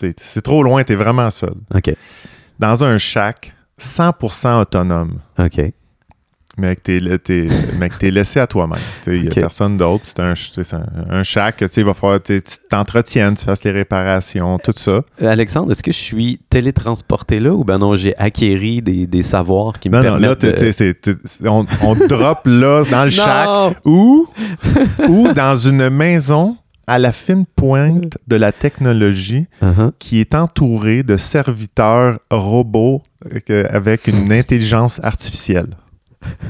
[SPEAKER 2] c'est- C'est trop loin, t'es vraiment seul.
[SPEAKER 1] OK.
[SPEAKER 2] Dans un shack, 100% autonome.
[SPEAKER 1] OK. Euh,
[SPEAKER 2] Mais que t'es, là- t'es- mais que t'es laissé à toi-même. Il n'y a
[SPEAKER 1] Ok.
[SPEAKER 2] personne d'autre. C'est un, ch- tu sais, c'est un, un shack. tu sais, Il va falloir que tu t'entretiennes, tu fasses les réparations, tout ça.
[SPEAKER 1] Euh, Alexandre, est-ce que je suis télétransporté là ou ben non, j'ai acquéri des, des savoirs qui me
[SPEAKER 2] Non, non,
[SPEAKER 1] permettent
[SPEAKER 2] là, t'es-
[SPEAKER 1] de...
[SPEAKER 2] t'es- c'est- t'es- on, on te drop là dans le shack
[SPEAKER 1] Non!
[SPEAKER 2] ou, ou dans une maison à la fine pointe de la technologie
[SPEAKER 1] Uh-huh.
[SPEAKER 2] qui est entourée de serviteurs robots euh, que- avec une intelligence artificielle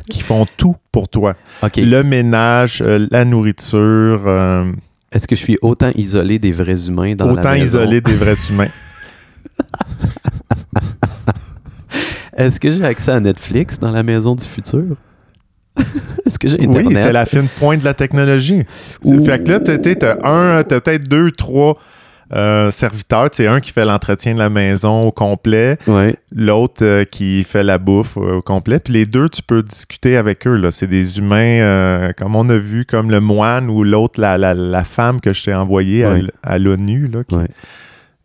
[SPEAKER 2] qui font tout pour toi.
[SPEAKER 1] OK.
[SPEAKER 2] Le ménage, euh, la nourriture... euh,
[SPEAKER 1] Est-ce que je suis autant isolé des vrais humains dans la
[SPEAKER 2] Autant
[SPEAKER 1] maison?
[SPEAKER 2] isolé des vrais humains.
[SPEAKER 1] Est-ce que j'ai accès à Netflix dans la maison du futur? est-ce que j'ai Internet?
[SPEAKER 2] Oui, c'est la fine pointe de la technologie. C'est-
[SPEAKER 1] Ouh.
[SPEAKER 2] Fait que là, t'as- t'as t'as un, t'as peut-être deux, trois euh, serviteurs. C'est un qui fait l'entretien de la maison au complet,
[SPEAKER 1] Ouais.
[SPEAKER 2] l'autre euh, qui fait la bouffe euh, au complet. Puis les deux, tu peux discuter avec eux. là. C'est des humains, euh, comme on a vu, comme le moine ou l'autre, la, la- la femme que je t'ai envoyée à
[SPEAKER 1] Ouais.
[SPEAKER 2] l- à, l'ONU. là, qui-
[SPEAKER 1] Ouais.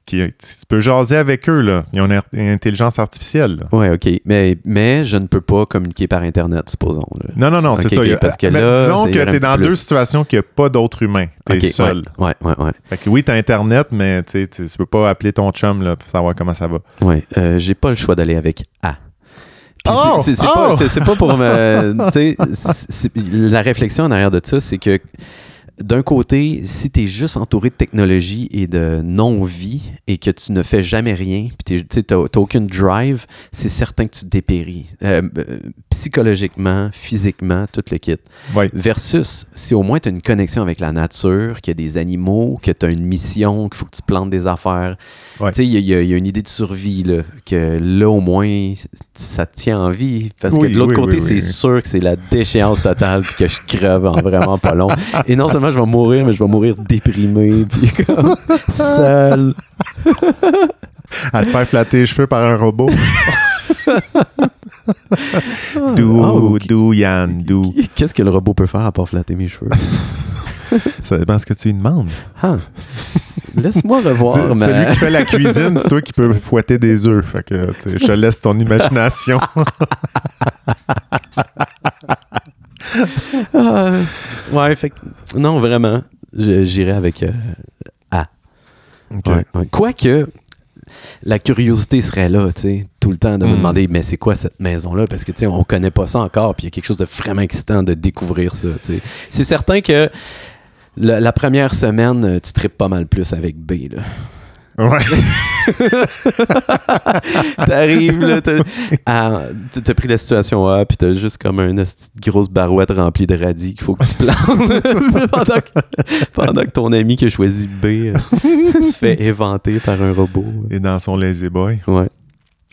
[SPEAKER 2] qui- Tu peux jaser avec eux. Là. Ils ont une, ar- une intelligence artificielle. là.
[SPEAKER 1] Ouais, OK. Mais, mais je ne peux pas communiquer par Internet, supposons. là.
[SPEAKER 2] Non, non, non,
[SPEAKER 1] Ok,
[SPEAKER 2] c'est ça.
[SPEAKER 1] ok,
[SPEAKER 2] Il y a-
[SPEAKER 1] parce que
[SPEAKER 2] mais
[SPEAKER 1] là,
[SPEAKER 2] disons
[SPEAKER 1] c'est
[SPEAKER 2] que
[SPEAKER 1] un
[SPEAKER 2] tu
[SPEAKER 1] petit
[SPEAKER 2] es dans
[SPEAKER 1] plus.
[SPEAKER 2] deux situations qu'il n'y a pas d'autres humains. Tu es
[SPEAKER 1] OK, ouais.
[SPEAKER 2] seul.
[SPEAKER 1] Ouais, ouais, ouais.
[SPEAKER 2] Fait que oui, tu as Internet, mais tu ne peux pas appeler ton chum là, pour savoir comment ça va.
[SPEAKER 1] Ouais, euh, j'ai pas le choix d'aller avec A. Puis
[SPEAKER 2] Oh!
[SPEAKER 1] c'est- c'est c'est
[SPEAKER 2] Oh!
[SPEAKER 1] pas, c'est- c'est pas pour me. tu sais, c'est- c'est- la réflexion en arrière de ça, c'est que d'un côté, si tu es juste entouré de technologie et de non-vie et que tu ne fais jamais rien, puis tu n'as aucune drive, c'est certain que tu te dépéris euh, euh, psychologiquement, physiquement, tout le kit.
[SPEAKER 2] Ouais.
[SPEAKER 1] Versus si au moins tu as une connexion avec la nature, qu'il y a des animaux, que tu as une mission, qu'il faut que tu plantes des affaires.
[SPEAKER 2] Ouais.
[SPEAKER 1] Tu sais, il y, a- il y a- il y a une idée de survie, là, que là au moins, ça te tient en vie. Parce
[SPEAKER 2] Oui,
[SPEAKER 1] que de l'autre
[SPEAKER 2] oui,
[SPEAKER 1] côté,
[SPEAKER 2] oui,
[SPEAKER 1] c'est
[SPEAKER 2] oui.
[SPEAKER 1] sûr que c'est la déchéance totale puis que je creve en vraiment pas long. Et non seulement je vais mourir, mais je vais mourir déprimé, puis comme seul.
[SPEAKER 2] À te faire flatter les cheveux par un robot.
[SPEAKER 1] Ah,
[SPEAKER 2] Dou,
[SPEAKER 1] ok.
[SPEAKER 2] dou, Yann, dou.
[SPEAKER 1] Qu'est-ce que le robot peut faire à part flatter mes cheveux?
[SPEAKER 2] Ça dépend ce que tu lui demandes.
[SPEAKER 1] Ah. Laisse-moi revoir,
[SPEAKER 2] C'est
[SPEAKER 1] mais... hein.
[SPEAKER 2] Celui qui fait la cuisine, c'est toi qui peux fouetter des œufs. Fait que tu sais, je te laisse ton imagination.
[SPEAKER 1] Ah, ouais, fait que- Non, vraiment, je- j'irai avec... euh,
[SPEAKER 2] Ok.
[SPEAKER 1] ouais, ouais. Quoique... La curiosité serait là, tu sais, tout le temps de me
[SPEAKER 2] Mm.
[SPEAKER 1] demander, mais c'est quoi cette maison-là? Parce que, tu sais, on connaît pas ça encore, puis il y a quelque chose de vraiment excitant de découvrir ça, tu sais. C'est certain que la, la première semaine, euh, tu tripes pas mal plus avec B, là.
[SPEAKER 2] Ouais.
[SPEAKER 1] T'arrives, là, t'as ah, t'as- t'as pris la situation A, puis t'as juste comme une esti de grosse barouette remplie de radis qu'il faut que tu plantes pendant, que, pendant que ton ami qui a choisi B euh, se fait éventer par un robot.
[SPEAKER 2] Et dans son lazy boy.
[SPEAKER 1] Ouais.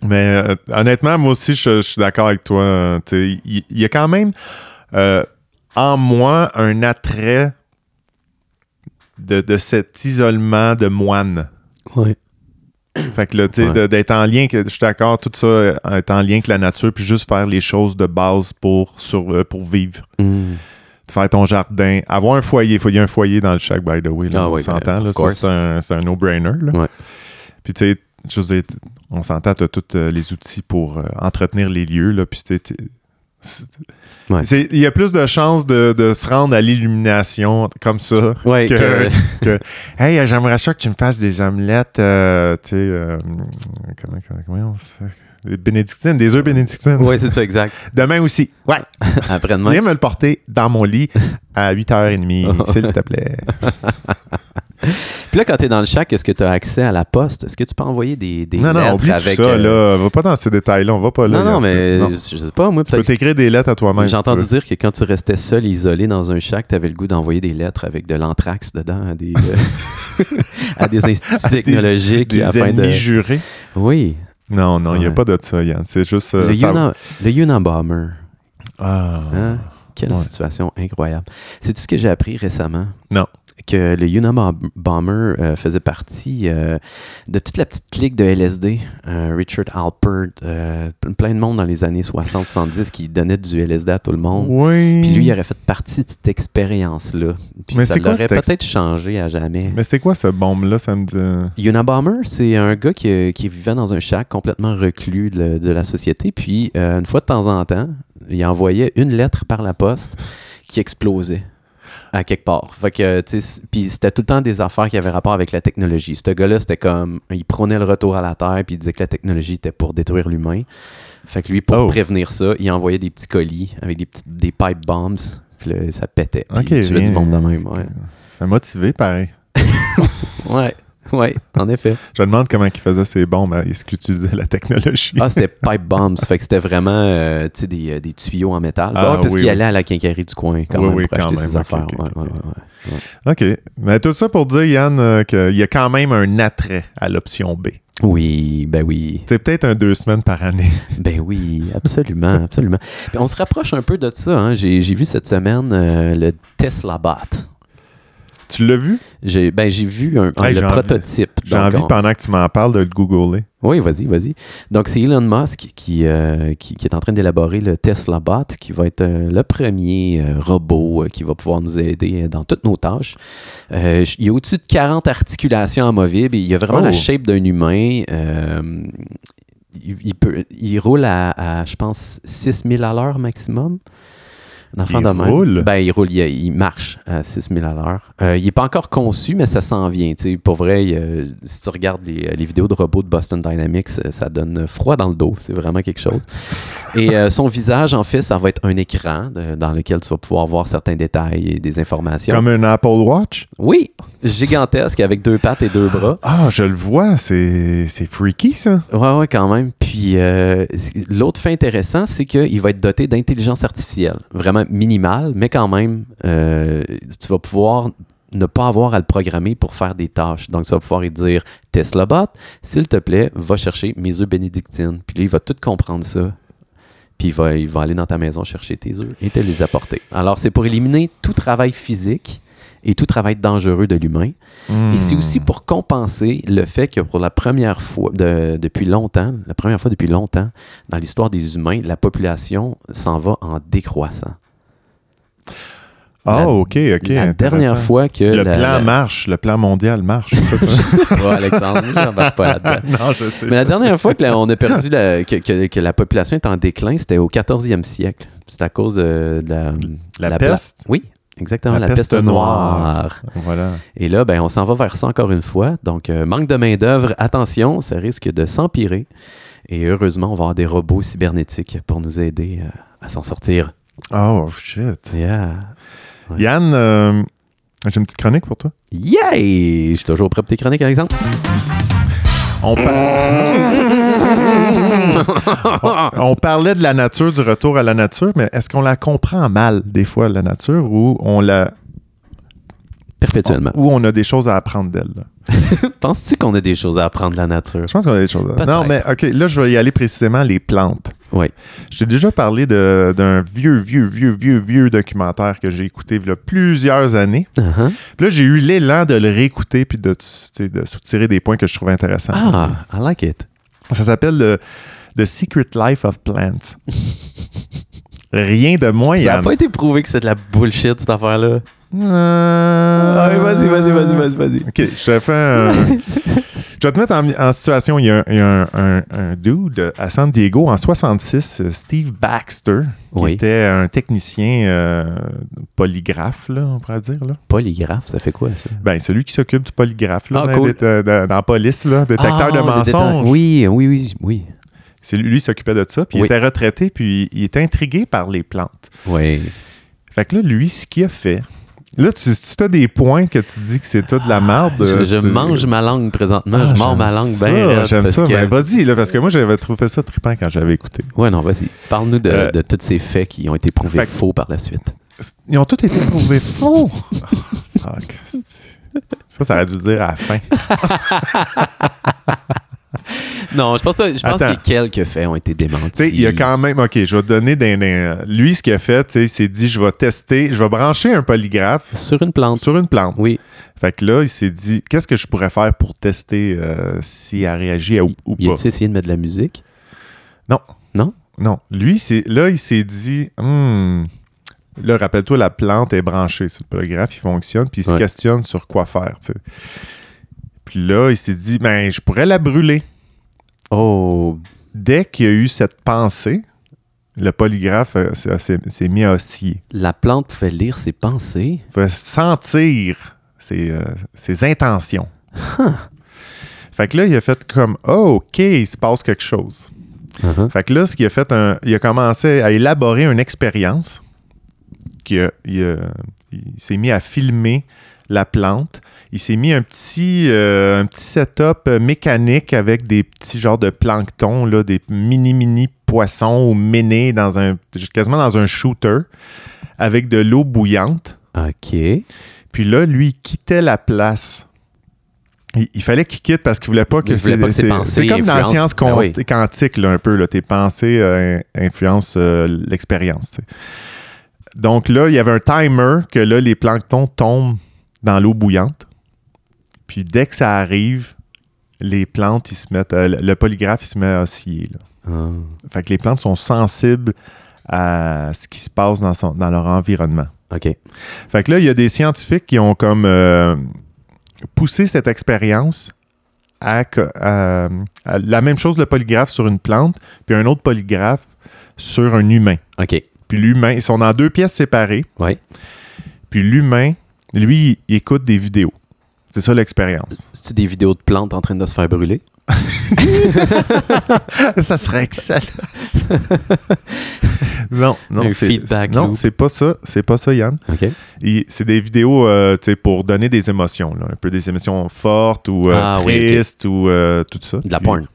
[SPEAKER 2] Mais euh, honnêtement, moi aussi, je, je suis d'accord avec toi. euh, t'sais, Il il y, a quand même euh, en moi un attrait de, de cet isolement de moine.
[SPEAKER 1] Ouais.
[SPEAKER 2] Fait que là, tu sais,
[SPEAKER 1] Ouais.
[SPEAKER 2] de- d'être en lien, que- je suis d'accord, tout ça, euh, être en lien avec la nature, puis juste faire les choses de base pour, sur, euh, pour vivre.
[SPEAKER 1] Mm.
[SPEAKER 2] De faire ton jardin, avoir un foyer. Faut- Il y a un foyer dans le shack, by the way. là,
[SPEAKER 1] Ah
[SPEAKER 2] on
[SPEAKER 1] oui,
[SPEAKER 2] s'entend,
[SPEAKER 1] ben,
[SPEAKER 2] là,
[SPEAKER 1] of
[SPEAKER 2] ça,
[SPEAKER 1] course.
[SPEAKER 2] c'est un, c'est un no-brainer. là.
[SPEAKER 1] Ouais.
[SPEAKER 2] Puis tu sais, je veux dire, t- on s'entend, tu as tous euh, les outils pour euh, entretenir les lieux. Là, puis t'es- t'es- c'est-
[SPEAKER 1] Ouais.
[SPEAKER 2] c'est- Il y a plus de chances de, de se rendre à l'illumination comme ça.
[SPEAKER 1] Ouais,
[SPEAKER 2] Que-
[SPEAKER 1] que-
[SPEAKER 2] Hey, euh, j'aimerais ça que tu me fasses des omelettes, euh, tu sais, euh, comment, comment, comment on sait? Des bénédictines, des œufs bénédictines.
[SPEAKER 1] ouais, c'est ça, exact.
[SPEAKER 2] Demain aussi. Ouais.
[SPEAKER 1] Après-demain.
[SPEAKER 2] Viens me le porter dans mon lit à 8h30, s'il te plaît.
[SPEAKER 1] Puis là, quand t'es dans le shack, est-ce que t'as accès à la poste? Est-ce que tu peux envoyer des, des
[SPEAKER 2] Non, non,
[SPEAKER 1] lettres
[SPEAKER 2] oublie
[SPEAKER 1] avec...
[SPEAKER 2] tout ça,
[SPEAKER 1] euh,
[SPEAKER 2] là. Va pas dans ces détails-là, on va pas là.
[SPEAKER 1] non, non,
[SPEAKER 2] Yann,
[SPEAKER 1] mais
[SPEAKER 2] non.
[SPEAKER 1] je sais pas, moi,
[SPEAKER 2] Tu peux
[SPEAKER 1] peut-être...
[SPEAKER 2] t'écrire des lettres à toi-même.
[SPEAKER 1] J'ai
[SPEAKER 2] si tu
[SPEAKER 1] entendu
[SPEAKER 2] veux.
[SPEAKER 1] dire que quand tu restais seul, isolé dans un shack, tu avais le goût d'envoyer des lettres avec de l'anthrax dedans à des, euh, à des instituts technologiques.
[SPEAKER 2] Des
[SPEAKER 1] afin
[SPEAKER 2] ennemis
[SPEAKER 1] de...
[SPEAKER 2] jurés.
[SPEAKER 1] Oui,
[SPEAKER 2] Non, non, il n'y a
[SPEAKER 1] Ouais.
[SPEAKER 2] pas de ça, Yann. C'est juste. euh,
[SPEAKER 1] le,
[SPEAKER 2] ça-
[SPEAKER 1] Yuna, le Yuna Bomber.
[SPEAKER 2] Ah.
[SPEAKER 1] Hein? Quelle
[SPEAKER 2] Ouais.
[SPEAKER 1] situation incroyable. C'est tout ce que j'ai appris récemment.
[SPEAKER 2] Non.
[SPEAKER 1] Que le Yuna Bom- Bomber euh, faisait partie euh, de toute la petite clique de LSD. Euh, Richard Alpert, euh, plein de monde dans les années 60-70 qui donnait du LSD à tout le monde.
[SPEAKER 2] Oui.
[SPEAKER 1] Puis lui, il aurait fait partie de cette expérience-là. Puis
[SPEAKER 2] Mais
[SPEAKER 1] ça
[SPEAKER 2] c'est quoi
[SPEAKER 1] l'aurait
[SPEAKER 2] cette ex-
[SPEAKER 1] peut-être changé à jamais.
[SPEAKER 2] Mais c'est quoi ce bombe-là? Ça me dit.
[SPEAKER 1] Unabomber, c'est un gars qui, qui vivait dans un shack complètement reclus de, de la société. Puis, euh, une fois de temps en temps, il envoyait une lettre par la poste qui explosait à quelque part. Fait que, tu sais, c- puis c'était tout le temps des affaires qui avaient rapport avec la technologie. Ce gars-là, c'était comme, il prônait le retour à la Terre, puis il disait que la technologie était pour détruire l'humain. Fait que lui, pour
[SPEAKER 2] Oh.
[SPEAKER 1] prévenir ça, il envoyait des petits colis avec des, petites- des pipe bombs. Puis là, ça pétait. Puis
[SPEAKER 2] Ok,
[SPEAKER 1] il tuait du
[SPEAKER 2] bien.
[SPEAKER 1] monde de même. Ouais,
[SPEAKER 2] Ça m'a motivé, pareil.
[SPEAKER 1] ouais, ouais en effet.
[SPEAKER 2] Je me demande comment il faisait ses bombes. hein. Est-ce qu'il utilisait la technologie?
[SPEAKER 1] Ah, c'était pipe bombs. fait que c'était vraiment euh, tu sais, des, euh, des tuyaux en métal. Ah,
[SPEAKER 2] Ah,
[SPEAKER 1] parce
[SPEAKER 2] oui,
[SPEAKER 1] qu'il
[SPEAKER 2] oui.
[SPEAKER 1] allait à la quincaillerie du coin quand
[SPEAKER 2] Oui,
[SPEAKER 1] même
[SPEAKER 2] oui,
[SPEAKER 1] pour
[SPEAKER 2] quand
[SPEAKER 1] acheter
[SPEAKER 2] même.
[SPEAKER 1] ses
[SPEAKER 2] Ok,
[SPEAKER 1] affaires.
[SPEAKER 2] ok,
[SPEAKER 1] Ouais,
[SPEAKER 2] ok,
[SPEAKER 1] ouais,
[SPEAKER 2] ok.
[SPEAKER 1] ouais.
[SPEAKER 2] OK. Mais tout ça pour dire, Yann, euh, qu'il y a quand même un attrait à l'option B.
[SPEAKER 1] Oui, ben oui.
[SPEAKER 2] C'est peut-être un deux semaines par année.
[SPEAKER 1] Ben oui, absolument, absolument. Puis on se rapproche un peu de ça. hein. J'ai j'ai vu cette semaine euh, le Tesla Bot.
[SPEAKER 2] Tu l'as vu?
[SPEAKER 1] J'ai ben, j'ai vu un,
[SPEAKER 2] Hey, j'ai
[SPEAKER 1] le
[SPEAKER 2] envie-
[SPEAKER 1] prototype.
[SPEAKER 2] J'ai
[SPEAKER 1] Donc,
[SPEAKER 2] envie,
[SPEAKER 1] on-
[SPEAKER 2] pendant que tu m'en parles, de le googler.
[SPEAKER 1] Oui, vas-y, vas-y. Donc, c'est Elon Musk qui, euh, qui, qui est en train d'élaborer le Tesla Bot, qui va être euh, le premier euh, robot euh, qui va pouvoir nous aider euh, dans toutes nos tâches. Euh, j- il y a au-dessus de 40 articulations amovibles. et Il y a vraiment
[SPEAKER 2] Oh.
[SPEAKER 1] la shape d'un humain. Euh, il, il peut, il roule à, à, je pense, 6000 à l'heure maximum. Un enfant
[SPEAKER 2] Il
[SPEAKER 1] de même.
[SPEAKER 2] roule?
[SPEAKER 1] Ben, il roule, il, il marche à 6000 à l'heure. Euh, il n'est pas encore conçu, mais ça s'en vient. tu sais. Pour vrai, il, euh, si tu regardes les, les vidéos de robots de Boston Dynamics, euh, ça donne froid dans le dos. C'est vraiment quelque chose. Et euh, son visage, en fait, ça va être un écran de- dans lequel tu vas pouvoir voir certains détails et des informations.
[SPEAKER 2] Comme un Apple Watch.
[SPEAKER 1] Oui, gigantesque avec deux pattes et deux bras.
[SPEAKER 2] Ah, je le vois, c'est c'est freaky ça.
[SPEAKER 1] Ouais, ouais, quand même. Puis euh, c- l'autre fait intéressant, c'est qu'il va être doté d'intelligence artificielle, vraiment minimale, mais quand même, euh, tu vas pouvoir ne pas avoir à le programmer pour faire des tâches. Donc, tu vas pouvoir lui dire Tesla bot, s'il te plaît, va chercher mes œufs bénédictines. Puis là, il va tout comprendre ça. Puis il va, il va aller dans ta maison chercher tes œufs et te les apporter. Alors, c'est pour éliminer tout travail physique et tout travail dangereux de l'humain. Et c'est aussi pour compenser le fait que pour la première fois de- depuis longtemps, la première fois depuis longtemps dans l'histoire des humains, la population s'en va en décroissant.
[SPEAKER 2] Ah,
[SPEAKER 1] la-
[SPEAKER 2] ok, ok.
[SPEAKER 1] la dernière
[SPEAKER 2] intéressant.
[SPEAKER 1] fois que
[SPEAKER 2] Le
[SPEAKER 1] la-
[SPEAKER 2] plan
[SPEAKER 1] la-
[SPEAKER 2] marche, le plan mondial marche. c'est ça,
[SPEAKER 1] je sais pas, Alexandre, j'embarque pas là-dedans.
[SPEAKER 2] non, je sais.
[SPEAKER 1] Mais la dernière fois que la- on a perdu la, que, que- que la population est en déclin, c'était au 14e siècle. C'est à cause euh, de, la,
[SPEAKER 2] La
[SPEAKER 1] pla-
[SPEAKER 2] peste?
[SPEAKER 1] Oui, exactement,
[SPEAKER 2] La
[SPEAKER 1] la,
[SPEAKER 2] peste
[SPEAKER 1] peste,
[SPEAKER 2] noire.
[SPEAKER 1] noire.
[SPEAKER 2] Voilà.
[SPEAKER 1] Et là, ben, on s'en va vers ça encore une fois. Donc, euh, manque de main-d'œuvre, attention, ça risque de s'empirer. Et heureusement, on va avoir des robots cybernétiques pour nous aider euh, à s'en sortir.
[SPEAKER 2] Oh, shit.
[SPEAKER 1] Yeah! Ouais.
[SPEAKER 2] Yann, euh, j'ai une petite chronique pour toi.
[SPEAKER 1] Yay! Je suis toujours prêt pour tes chroniques, Alexandre.
[SPEAKER 2] On, par- on parlait de la nature, du retour à la nature, mais est-ce qu'on la comprend mal des fois, la nature, ou on la,
[SPEAKER 1] Perpétuellement.
[SPEAKER 2] ou on a des choses à apprendre d'elle? là?
[SPEAKER 1] Penses-tu qu'on a des choses à apprendre de la nature?
[SPEAKER 2] Je pense qu'on a des choses à Non, mais
[SPEAKER 1] Peut-être.
[SPEAKER 2] OK, là, je vais y aller précisément, les plantes.
[SPEAKER 1] Oui.
[SPEAKER 2] Je t'ai déjà parlé de- d'un vieux, vieux, vieux, vieux, vieux documentaire que j'ai écouté il y a plusieurs années.
[SPEAKER 1] Uh-huh.
[SPEAKER 2] Puis là, j'ai eu l'élan de le réécouter puis de, tu sais, de soutirer des points que je trouvais intéressants.
[SPEAKER 1] Ah, I like it.
[SPEAKER 2] Ça s'appelle le- The Secret Life of Plants. Rien de moins,
[SPEAKER 1] Ça n'a
[SPEAKER 2] Yann.
[SPEAKER 1] pas été prouvé que c'est de la bullshit, cette affaire-là.
[SPEAKER 2] Euh,
[SPEAKER 1] Ah, vas-y, vas-y, vas-y, vas-y, vas-y.
[SPEAKER 2] OK, je te fais un- Je vais te mettre en, en situation. Il y a, un, il y a un- un- un dude à San Diego en 66, euh, Steve Baxter, qui
[SPEAKER 1] Oui.
[SPEAKER 2] était un technicien euh, polygraphe, là, on pourrait dire. Là.
[SPEAKER 1] Polygraphe, ça fait quoi, ça?
[SPEAKER 2] Ben, celui qui s'occupe du polygraphe là,
[SPEAKER 1] Ah,
[SPEAKER 2] dans,
[SPEAKER 1] cool.
[SPEAKER 2] dans- dans- dans la police, là, détecteur
[SPEAKER 1] Ah,
[SPEAKER 2] de
[SPEAKER 1] le
[SPEAKER 2] mensonges.
[SPEAKER 1] détecteur. Oui, oui, oui, oui.
[SPEAKER 2] C'est lui, lui il s'occupait de ça, puis il
[SPEAKER 1] Oui.
[SPEAKER 2] était retraité, puis il était intrigué par les plantes.
[SPEAKER 1] Oui.
[SPEAKER 2] Fait que là, lui, ce qu'il a fait. Là, tu, si tu as des points que tu dis que c'est tout de la merde.
[SPEAKER 1] Je, je
[SPEAKER 2] tu-
[SPEAKER 1] mange ma langue présentement.
[SPEAKER 2] Ah,
[SPEAKER 1] je mords
[SPEAKER 2] j'aime
[SPEAKER 1] ma langue
[SPEAKER 2] ça,
[SPEAKER 1] bien. raide
[SPEAKER 2] J'aime
[SPEAKER 1] parce
[SPEAKER 2] ça.
[SPEAKER 1] que-
[SPEAKER 2] Ben, vas-y, là, parce que moi, j'avais trouvé ça trippant quand j'avais écouté.
[SPEAKER 1] Ouais, non, vas-y. Parle-nous de,
[SPEAKER 2] Euh,
[SPEAKER 1] de tous ces faits qui ont été prouvés
[SPEAKER 2] fait que-
[SPEAKER 1] faux par la suite.
[SPEAKER 2] Ils ont tous été trouvés faux. Ah, qu'est-ce que c'est- ça, ça aurait dû dire à la fin.
[SPEAKER 1] Non, je pense pas. Je pense
[SPEAKER 2] Attends.
[SPEAKER 1] que quelques faits ont été démentis.
[SPEAKER 2] Tu sais, il y a quand même. OK, je vais te donner des. des- Lui, ce qu'il a fait, tu sais, il s'est dit je vais tester, je vais brancher un polygraphe
[SPEAKER 1] Sur une plante.
[SPEAKER 2] sur une plante.
[SPEAKER 1] Oui.
[SPEAKER 2] Fait que là, il s'est dit qu'est-ce que je pourrais faire pour tester euh, si elle réagit ou, ou
[SPEAKER 1] Il
[SPEAKER 2] pas.
[SPEAKER 1] a-tu essayé de mettre de la musique?
[SPEAKER 2] Non.
[SPEAKER 1] Non?
[SPEAKER 2] Non. Lui, c'est là, il s'est dit Hmm, Là, rappelle-toi, la plante est branchée sur le polygraphe, il fonctionne, puis il se
[SPEAKER 1] Ouais.
[SPEAKER 2] questionne sur quoi faire. tu sais. Puis là, il s'est dit Ben, je pourrais la brûler.
[SPEAKER 1] Oh,
[SPEAKER 2] Dès qu'il y a eu cette pensée, le polygraphe euh, s'est- s'est s'est mis à osciller.
[SPEAKER 1] la plante pouvait lire ses pensées.
[SPEAKER 2] Il pouvait sentir ses, euh, ses intentions. Fait que là, il a fait comme oh, OK, il se passe quelque chose.
[SPEAKER 1] Uh-huh.
[SPEAKER 2] Fait que là, ce qu'il a fait, un- il a commencé à élaborer une expérience. qu'il a- Il, a- il s'est mis à filmer la plante. Il s'est mis un petit, euh, un petit setup euh, mécanique avec des petits genres de plancton, là, des mini-mini poissons ou ménés dans un, quasiment dans un shooter avec de l'eau bouillante.
[SPEAKER 1] OK.
[SPEAKER 2] Puis là, lui, il quittait la place. Il, il fallait qu'il quitte parce qu'il voulait pas que
[SPEAKER 1] Il voulait pas que ses pensées
[SPEAKER 2] C'est comme dans la
[SPEAKER 1] influencent-
[SPEAKER 2] science
[SPEAKER 1] Ben oui.
[SPEAKER 2] quantique, là, un peu. Là, tes pensées euh, influencent euh, l'expérience. tu sais. Donc là, il y avait un timer que là, les planctons tombent dans l'eau bouillante. Puis dès que ça arrive, les plantes, ils se mettent. euh, le- le polygraphe, il se met à osciller. là.
[SPEAKER 1] Ah.
[SPEAKER 2] Fait que les plantes sont sensibles à ce qui se passe dans, son, dans leur environnement.
[SPEAKER 1] OK.
[SPEAKER 2] Fait que là, il y a des scientifiques qui ont comme euh, poussé cette expérience à, co- à- à la même chose, le polygraphe sur une plante, puis un autre polygraphe sur un humain.
[SPEAKER 1] OK.
[SPEAKER 2] puis l'humain. Ils sont dans deux pièces séparées.
[SPEAKER 1] Ouais.
[SPEAKER 2] Puis l'humain, lui, il écoute des vidéos. C'est ça l'expérience.
[SPEAKER 1] C'est-tu des vidéos de plantes en train de se faire brûler?
[SPEAKER 2] ça serait excellent. non, non,
[SPEAKER 1] Un
[SPEAKER 2] c'est
[SPEAKER 1] feedback
[SPEAKER 2] non,
[SPEAKER 1] loop.
[SPEAKER 2] c'est pas ça, c'est pas ça, Yann.
[SPEAKER 1] OK.
[SPEAKER 2] Il- C'est des vidéos euh, tu sais, pour donner des émotions, là, un peu des émotions fortes ou euh,
[SPEAKER 1] Ah oui, ok.
[SPEAKER 2] tristes ou euh, tout ça.
[SPEAKER 1] De la
[SPEAKER 2] Puis-
[SPEAKER 1] porn.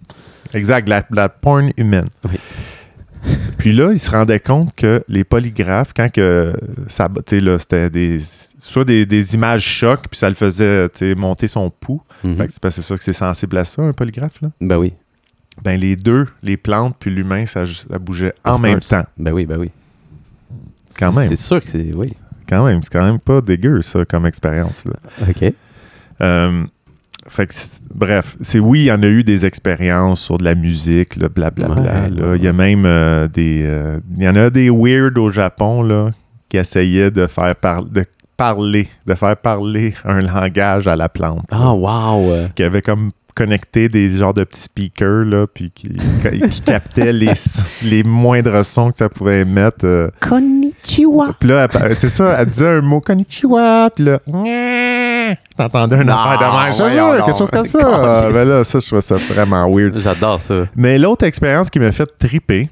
[SPEAKER 2] Exact, la, la porn humaine.
[SPEAKER 1] Oui.
[SPEAKER 2] Puis là, il se rendait compte que les polygraphes, quand que ça, tu sais, là, c'était des, soit des, des images chocs, puis ça le faisait tu sais, monter son pouls.
[SPEAKER 1] Mhm.
[SPEAKER 2] Fait que c'est parce que c'est sûr que c'est sensible à ça, un polygraphe. Là.
[SPEAKER 1] Ben oui.
[SPEAKER 2] Ben les deux, les plantes puis l'humain, ça, ça bougeait en
[SPEAKER 1] Of
[SPEAKER 2] même
[SPEAKER 1] course.
[SPEAKER 2] temps.
[SPEAKER 1] Ben oui, ben oui.
[SPEAKER 2] Quand même,
[SPEAKER 1] C'est sûr que c'est. Oui.
[SPEAKER 2] quand même, c'est quand même pas dégueu ça comme expérience. là.
[SPEAKER 1] OK.
[SPEAKER 2] Euh, fait que c'est- bref, c'est oui, il y en a eu des expériences sur de la musique, là, blablabla.
[SPEAKER 1] Ouais,
[SPEAKER 2] là.
[SPEAKER 1] ouais.
[SPEAKER 2] Il y a même euh, des. euh, Il y en a des weird au Japon là, qui essayaient de faire par- de parler, de faire parler un langage à la plante.
[SPEAKER 1] Ah, wow! euh,
[SPEAKER 2] Qui avait comme connecté des genres de petits speakers, là, puis qui, qui captaient les, les moindres sons que ça pouvait émettre. euh,
[SPEAKER 1] Konnichiwa!
[SPEAKER 2] puis là, elle- c'est ça, elle disait un mot konnichiwa, puis là, Nyeh t'entendais un
[SPEAKER 1] Non,
[SPEAKER 2] affaire de mer, je te
[SPEAKER 1] Ah, voyons
[SPEAKER 2] jure,
[SPEAKER 1] donc.
[SPEAKER 2] quelque chose comme ça.
[SPEAKER 1] Calisse.
[SPEAKER 2] Mais là, ça, je trouvais ça vraiment weird.
[SPEAKER 1] J'adore ça.
[SPEAKER 2] Mais l'autre expérience qui m'a fait triper,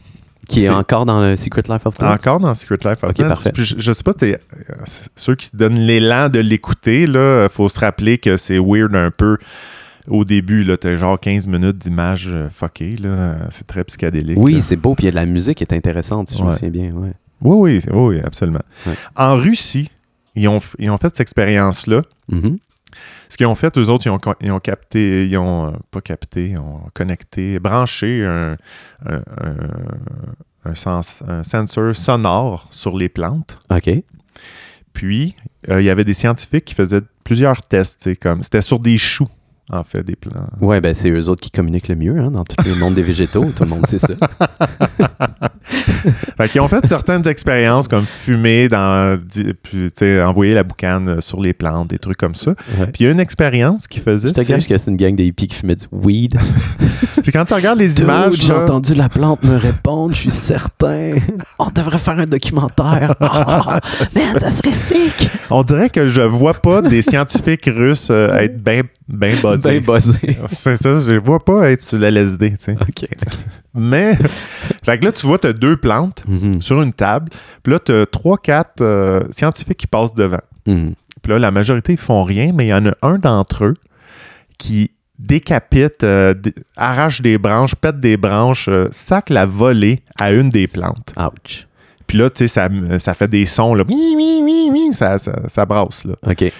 [SPEAKER 1] Qui est,
[SPEAKER 2] C'est-
[SPEAKER 1] encore dans le Secret Life of Plants?
[SPEAKER 2] encore dans Secret Life of
[SPEAKER 1] Ok,
[SPEAKER 2] Plants,
[SPEAKER 1] parfait.
[SPEAKER 2] puis je, je sais pas, t'es- euh, c'est- ceux qui se donnent l'élan de l'écouter, là, faut se rappeler que c'est weird un peu. Au début, là, t'as genre 15 minutes d'images euh, fuckées, là, euh, c'est très psychédélique. là.
[SPEAKER 1] Oui, c'est beau, puis il y a de la musique qui est intéressante, si je me
[SPEAKER 2] Ouais.
[SPEAKER 1] souviens bien. Ouais.
[SPEAKER 2] oui, oui, c'est- oui, oui, absolument.
[SPEAKER 1] Ouais.
[SPEAKER 2] En Russie, ils ont, f- ils ont fait cette expérience-là,
[SPEAKER 1] Mhm.
[SPEAKER 2] Ce qu'ils ont fait, eux autres, ils ont, co- ils ont capté, ils ont euh, pas capté, ils ont connecté, branché un, un, un- un sens, un sensor sonore sur les plantes.
[SPEAKER 1] OK.
[SPEAKER 2] Puis, euh, il y avait des scientifiques qui faisaient plusieurs tests. tu sais, comme C'était sur des choux, en fait, des plantes.
[SPEAKER 1] Ouais, ben c'est eux autres qui communiquent le mieux hein, dans tout le monde des végétaux. Tout le monde sait ça.
[SPEAKER 2] Fait qu'ils ont fait certaines expériences comme fumer, dans, di- puis, tu sais, envoyer la boucane euh, sur les plantes, des trucs comme ça.
[SPEAKER 1] Ouais.
[SPEAKER 2] Puis, il y a une expérience qui faisait...
[SPEAKER 1] Je te
[SPEAKER 2] c'est-
[SPEAKER 1] gage que c'est une gang des hippies qui fumaient du weed.
[SPEAKER 2] Puis quand tu regardes les images...
[SPEAKER 1] Dude, j'ai
[SPEAKER 2] là,
[SPEAKER 1] entendu la plante me répondre, je suis certain. On devrait faire un documentaire. Ah, man, ça serait sick!
[SPEAKER 2] On dirait que je vois pas des scientifiques russes euh, être bien ben buzzés.
[SPEAKER 1] Ben buzzé.
[SPEAKER 2] C'est ça, je les vois pas être sur l'LSD, tu sais.
[SPEAKER 1] OK.
[SPEAKER 2] Mais, fait que là, tu vois, t'as deux plantes
[SPEAKER 1] Mhm.
[SPEAKER 2] sur une table, puis là, t'as trois, quatre euh, scientifiques qui passent devant.
[SPEAKER 1] Mhm.
[SPEAKER 2] Puis là, la majorité, ils font rien, mais il y en a un d'entre eux qui décapite, euh, dé- arrache des branches, pète des branches, euh, sac la volée à une des plantes.
[SPEAKER 1] Ouch.
[SPEAKER 2] Puis là, tu sais, ça, ça fait des sons, là. Oui, oui, oui, oui, ça, ça, ça brasse, là.
[SPEAKER 1] OK.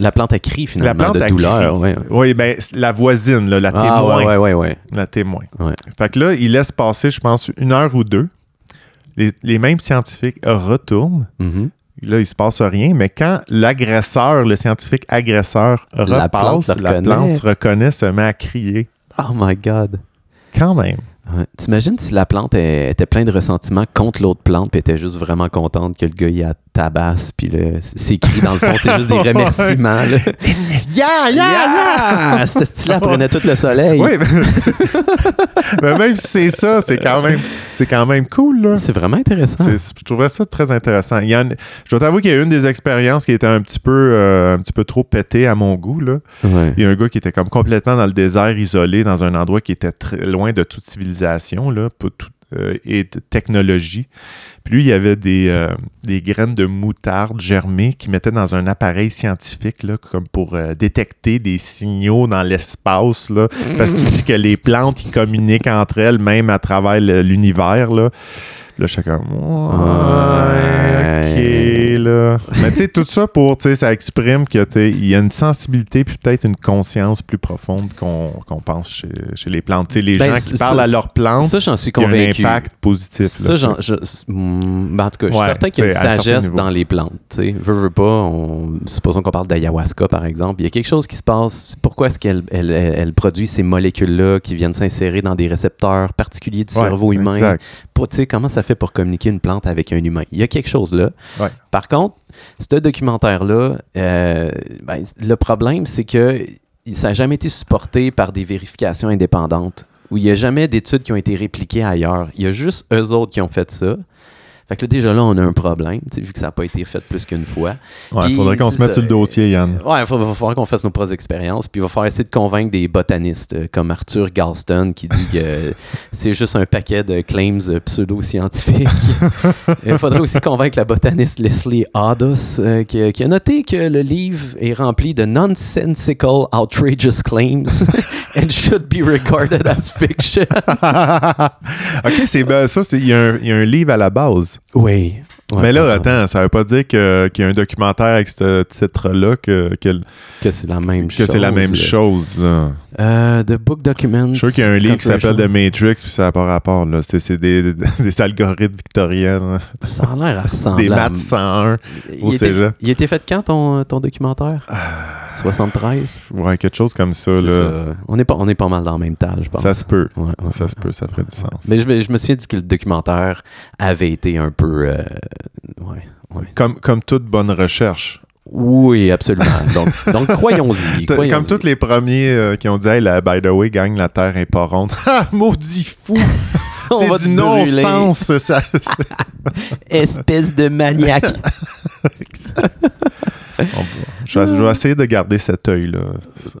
[SPEAKER 1] La plante a crié finalement
[SPEAKER 2] La plante
[SPEAKER 1] de
[SPEAKER 2] a
[SPEAKER 1] douleur.
[SPEAKER 2] crié.
[SPEAKER 1] Ouais.
[SPEAKER 2] Oui, ben la voisine, là, la
[SPEAKER 1] Ah,
[SPEAKER 2] témoin.
[SPEAKER 1] ouais, ouais, ouais, ouais.
[SPEAKER 2] La témoin.
[SPEAKER 1] Ouais.
[SPEAKER 2] Fait que là, il laisse passer, je pense, une heure ou deux. Les, les mêmes scientifiques retournent.
[SPEAKER 1] Mhm.
[SPEAKER 2] Là, il se passe rien, mais quand l'agresseur, le scientifique agresseur
[SPEAKER 1] La plante
[SPEAKER 2] repasse,
[SPEAKER 1] le
[SPEAKER 2] la
[SPEAKER 1] reconnaît.
[SPEAKER 2] plante se reconnaît, se met à crier.
[SPEAKER 1] Oh my God.
[SPEAKER 2] Quand même.
[SPEAKER 1] Ouais. T'imagines si la plante est- était pleine de ressentiment contre l'autre plante puis était juste vraiment contente que le gars il la tabasse puis le- ses cris dans le fond c'est juste des remerciements là.
[SPEAKER 2] Yeah,
[SPEAKER 1] Yeah! Ce style-là prenait tout le soleil.
[SPEAKER 2] Oui, mais- mais même si c'est ça, c'est quand même, c'est quand même cool, là.
[SPEAKER 1] C'est vraiment intéressant.
[SPEAKER 2] C'est- Je trouvais ça très intéressant. Il y en- je dois t'avouer qu'il y a une des expériences qui était un petit peu, euh, un petit peu trop pétée à mon goût. Là.
[SPEAKER 1] Ouais.
[SPEAKER 2] Il y a un gars qui était comme complètement dans le désert, isolé, dans un endroit qui était très loin de toute civilisation là, pas tout- euh, et de technologie. Puis lui, il y avait des, euh, des graines de moutarde germées qu'il mettait dans un appareil scientifique là, comme pour euh, détecter des signaux dans l'espace. là, Parce qu'il dit que les plantes, ils communiquent entre elles, même à travers le- l'univers. Là. Là, chacun. Ouais,
[SPEAKER 1] Ouais.
[SPEAKER 2] ok, là. Mais tu sais, tout ça pour, tu sais, ça exprime que, tu sais, il y a une sensibilité puis peut-être une conscience plus profonde qu'on qu'on pense chez, chez les plantes. Tu sais, les
[SPEAKER 1] Ben,
[SPEAKER 2] gens
[SPEAKER 1] c-
[SPEAKER 2] qui parlent
[SPEAKER 1] ça-
[SPEAKER 2] à leurs plantes,
[SPEAKER 1] Ça, j'en suis
[SPEAKER 2] il y a un
[SPEAKER 1] convaincu.
[SPEAKER 2] impact positif.
[SPEAKER 1] Ça,
[SPEAKER 2] là.
[SPEAKER 1] j'en- je- c'est- hmm, ben, en tout cas, je suis
[SPEAKER 2] Ouais,
[SPEAKER 1] certain qu'il y a
[SPEAKER 2] c'est
[SPEAKER 1] une
[SPEAKER 2] à un certain
[SPEAKER 1] sagesse
[SPEAKER 2] niveau.
[SPEAKER 1] dans les plantes. tu sais. Veux, veux pas, on- supposons qu'on parle d'ayahuasca, par exemple. Il y a quelque chose qui se passe. Pourquoi est-ce qu'elle elle, elle- elle produit ces molécules-là qui viennent s'insérer dans des récepteurs particuliers du
[SPEAKER 2] Ouais,
[SPEAKER 1] cerveau humain?
[SPEAKER 2] exact.
[SPEAKER 1] Pour- tu sais, comment ça fait pour communiquer une plante avec un humain? Il y a quelque chose là.
[SPEAKER 2] Ouais.
[SPEAKER 1] Par contre, ce documentaire-là, euh, ben, le problème, c'est que il- ça n'a jamais été supporté par des vérifications indépendantes, où il n'y a jamais d'études qui ont été répliquées ailleurs. Il y a juste eux autres qui ont fait ça. Fait que là, déjà là, on a un problème, tu sais, vu que ça n'a pas été fait plus qu'une fois.
[SPEAKER 2] Il
[SPEAKER 1] Puis,
[SPEAKER 2] faudrait qu'on
[SPEAKER 1] c'est
[SPEAKER 2] se mette
[SPEAKER 1] ça.
[SPEAKER 2] sur le dossier, Yann.
[SPEAKER 1] Ouais, il va, va falloir qu'on fasse nos propres expériences, puis il va falloir essayer de convaincre des botanistes euh, comme Arthur Galston qui dit que euh, c'est juste un paquet de claims euh, pseudo-scientifiques. il faudrait aussi convaincre la botaniste Leslie Ados euh, qui, qui a noté que le livre est rempli de nonsensical outrageous claims and should be regarded as fiction.
[SPEAKER 2] ok, c'est ben, ça, c'est- il y, a un- il y a un livre à la base.
[SPEAKER 1] Oui. Ouais,
[SPEAKER 2] mais là,
[SPEAKER 1] ouais, ouais.
[SPEAKER 2] attends, ça veut pas dire que- qu'il y a un documentaire avec ce titre-là que, que,
[SPEAKER 1] que c'est la même
[SPEAKER 2] que
[SPEAKER 1] chose.
[SPEAKER 2] c'est la même
[SPEAKER 1] là.
[SPEAKER 2] chose. là.
[SPEAKER 1] Euh, The Book Documents.
[SPEAKER 2] Je suis sûr qu'il y a un livre qui s'appelle
[SPEAKER 1] Controversial.
[SPEAKER 2] The Matrix, puis ça n'a pas rapport. là. C'est c'est des, des algorithmes victoriens,
[SPEAKER 1] Ça a l'air à
[SPEAKER 2] là.
[SPEAKER 1] ressembler
[SPEAKER 2] des
[SPEAKER 1] à-
[SPEAKER 2] maths 101. au
[SPEAKER 1] il était-
[SPEAKER 2] cégep.
[SPEAKER 1] il était fait quand ton, ton documentaire
[SPEAKER 2] Ah.
[SPEAKER 1] 73
[SPEAKER 2] Ouais, quelque chose comme ça.
[SPEAKER 1] C'est
[SPEAKER 2] Là.
[SPEAKER 1] ça. On, est pas, on est pas mal dans le même temps, je
[SPEAKER 2] Ça,
[SPEAKER 1] pense.
[SPEAKER 2] se peut.
[SPEAKER 1] Ouais, ouais.
[SPEAKER 2] Ça se peut, ça ferait du sens.
[SPEAKER 1] Mais je, me- je me souviens dit que le documentaire avait été un peu. euh, ouais, ouais.
[SPEAKER 2] Comme, comme toute bonne recherche.
[SPEAKER 1] Oui, absolument. Donc, donc croyons-y.
[SPEAKER 2] T-
[SPEAKER 1] croyons-y.
[SPEAKER 2] Comme tous les premiers euh, qui ont dit hey, la, By the way, gang, la Terre est pas ronde. Ah, maudit fou!
[SPEAKER 1] On va
[SPEAKER 2] C'est du
[SPEAKER 1] te brûler.
[SPEAKER 2] non-sens! ça.
[SPEAKER 1] Espèce de maniaque.
[SPEAKER 2] On va- je, vais, je vais essayer de garder cet œil-là.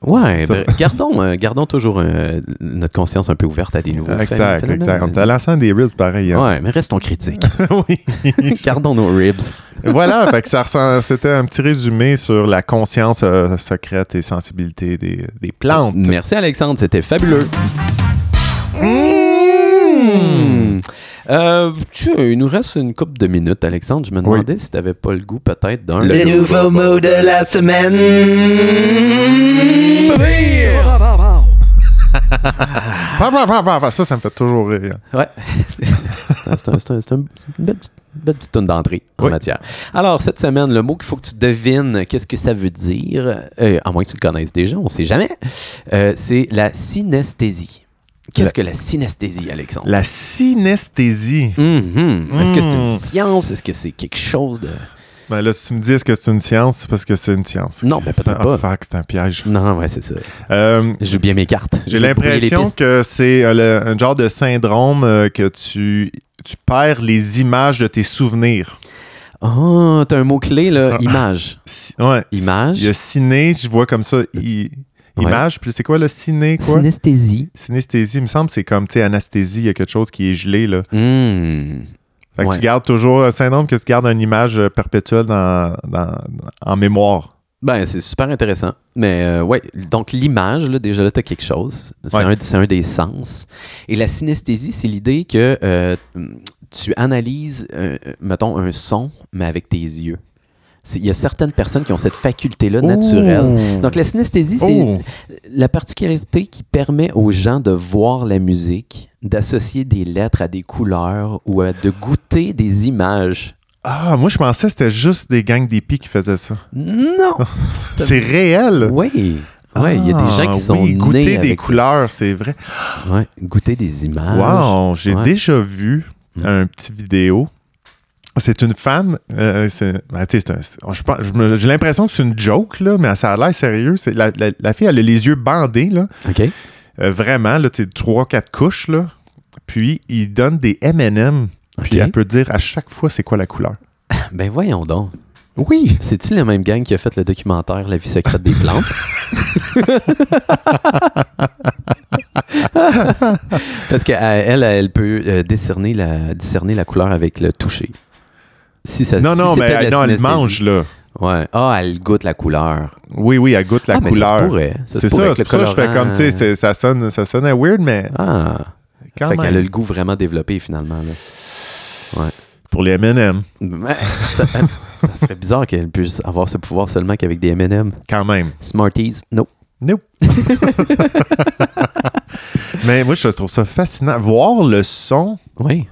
[SPEAKER 1] Ouais,
[SPEAKER 2] Ça-
[SPEAKER 1] ben, gardons, euh, gardons toujours euh, notre conscience un peu ouverte à des nouveaux phé-
[SPEAKER 2] Exact,
[SPEAKER 1] phénomènes.
[SPEAKER 2] exact. On t'a lancé des reels pareil. hein.
[SPEAKER 1] Ouais, mais restons critiques.
[SPEAKER 2] oui.
[SPEAKER 1] gardons nos ribs.
[SPEAKER 2] voilà, fait que ça ressemble- c'était un petit résumé sur la conscience euh, secrète et sensibilité des, des plantes.
[SPEAKER 1] Merci Alexandre, c'était fabuleux. Mmh. Euh, tu- il nous reste une couple de minutes, Alexandre. Je me demandais si t'avais pas le goût peut-être d'un...
[SPEAKER 4] Le nouveau mot de la semaine.
[SPEAKER 1] Ah.
[SPEAKER 2] Pa, pa, pa, pa, pa. Ça, ça me fait toujours rire.
[SPEAKER 1] Ouais. Ah, c'est un- c'est un- c'est un- une belle petite, belle petite toune d'entrée en
[SPEAKER 2] Oui.
[SPEAKER 1] matière. Alors, cette semaine, le mot qu'il faut que tu devines, qu'est-ce que ça veut dire, euh, à moins que tu le connaisses déjà, on sait jamais, euh, c'est la synesthésie. Qu'est-ce
[SPEAKER 2] La-
[SPEAKER 1] que la synesthésie, Alexandre?
[SPEAKER 2] La synesthésie.
[SPEAKER 1] Mhm. Est-ce que c'est une
[SPEAKER 2] Mm.
[SPEAKER 1] science? Est-ce que c'est quelque chose de...
[SPEAKER 2] Ben là, si tu me dis est-ce que c'est une science, c'est parce que c'est une science.
[SPEAKER 1] Non, ben, peut-être
[SPEAKER 2] Ah,
[SPEAKER 1] pas.
[SPEAKER 2] fuck, c'est un piège.
[SPEAKER 1] Non, ouais, c'est ça.
[SPEAKER 2] Euh,
[SPEAKER 1] Je joue bien mes cartes.
[SPEAKER 2] J'ai
[SPEAKER 1] Je vais brouiller les
[SPEAKER 2] l'impression
[SPEAKER 1] pistes.
[SPEAKER 2] que c'est euh, le- un genre de syndrome euh, que tu, tu perds les images de tes souvenirs.
[SPEAKER 1] Oh, t'as un mot-clé, là.
[SPEAKER 2] Ah.
[SPEAKER 1] Image.
[SPEAKER 2] Si- ouais.
[SPEAKER 1] Image.
[SPEAKER 2] Il y a ciné, je vois comme ça. i-
[SPEAKER 1] Ouais.
[SPEAKER 2] Image, puis c'est quoi le ciné, quoi?
[SPEAKER 1] Synesthésie.
[SPEAKER 2] Synesthésie, il me semble, c'est comme, tu sais, anesthésie, il y a quelque chose qui est gelé, là.
[SPEAKER 1] Hmm.
[SPEAKER 2] Fait que
[SPEAKER 1] Ouais.
[SPEAKER 2] tu gardes toujours un syndrome que tu gardes une image euh, perpétuelle dans, dans- en mémoire.
[SPEAKER 1] Ben, c'est super intéressant. Mais euh, ouais, donc l'image, là, déjà là, t'as quelque chose. C'est
[SPEAKER 2] Ouais.
[SPEAKER 1] un, c'est un des sens. Et la synesthésie, c'est l'idée que euh, tu analyses, euh, mettons, un son, mais avec tes yeux. C'est- Il y a certaines personnes qui ont cette faculté-là naturelle. Donc la synesthésie, c'est
[SPEAKER 2] Oh!
[SPEAKER 1] La particularité qui permet aux gens de voir la musique, d'associer des lettres à des couleurs ou à de goûter des images.
[SPEAKER 2] Ah, moi, je pensais que c'était juste des gangs d'épis qui faisaient ça.
[SPEAKER 1] Non!
[SPEAKER 2] C'est réel!
[SPEAKER 1] Oui! Ouais, il y a des gens qui
[SPEAKER 2] Ah,
[SPEAKER 1] sont
[SPEAKER 2] oui, goûter
[SPEAKER 1] nés
[SPEAKER 2] des
[SPEAKER 1] avec ça.
[SPEAKER 2] couleurs, c'est vrai.
[SPEAKER 1] Ouais, goûter des images.
[SPEAKER 2] Wow, j'ai
[SPEAKER 1] ouais.
[SPEAKER 2] déjà vu
[SPEAKER 1] Mm.
[SPEAKER 2] un petit vidéo. C'est une femme. euh, c'est- ben, tu sais, c'est un- je pense- je me- j'ai l'impression que c'est une joke, là, mais ça a l'air sérieux. C'est La, la- la fille, elle a les yeux bandés, là,
[SPEAKER 1] OK.
[SPEAKER 2] euh, vraiment, là, tu sais, trois, quatre couches. Là. Puis, il donne des MM. Puis,
[SPEAKER 1] Ok.
[SPEAKER 2] elle peut dire à chaque fois c'est quoi la couleur.
[SPEAKER 1] Ben voyons donc.
[SPEAKER 2] Oui!
[SPEAKER 1] C'est-tu la même gang qui a fait le documentaire La vie secrète des plantes? Parce qu'elle, elle peut euh, décerner la, discerner la couleur avec le toucher. Si ça,
[SPEAKER 2] non,
[SPEAKER 1] si
[SPEAKER 2] non,
[SPEAKER 1] c'était
[SPEAKER 2] mais
[SPEAKER 1] de la
[SPEAKER 2] elle, non, elle
[SPEAKER 1] synesthésie.
[SPEAKER 2] mange, là.
[SPEAKER 1] Ouais. Ah, elle goûte la couleur.
[SPEAKER 2] Oui, oui, elle goûte la
[SPEAKER 1] ah, mais ça se
[SPEAKER 2] couleur.
[SPEAKER 1] pourrait. se
[SPEAKER 2] C'est
[SPEAKER 1] pourrait
[SPEAKER 2] ça,
[SPEAKER 1] que
[SPEAKER 2] c'est
[SPEAKER 1] le
[SPEAKER 2] pour ça que je fais
[SPEAKER 1] colorant-
[SPEAKER 2] comme, tu sais, c'est- ça, sonne, ça sonnait weird, mais
[SPEAKER 1] Ah.
[SPEAKER 2] quand
[SPEAKER 1] fait qu'elle a
[SPEAKER 2] même.
[SPEAKER 1] le goût vraiment développé finalement. là.
[SPEAKER 2] Pour les MM,
[SPEAKER 1] Mais ça, ça serait bizarre qu'elle puisse avoir ce pouvoir seulement qu'avec des M&M.
[SPEAKER 2] quand même.
[SPEAKER 1] Smarties, non.
[SPEAKER 2] Nope. Mais moi, je trouve ça fascinant. Voir le son
[SPEAKER 1] Oui.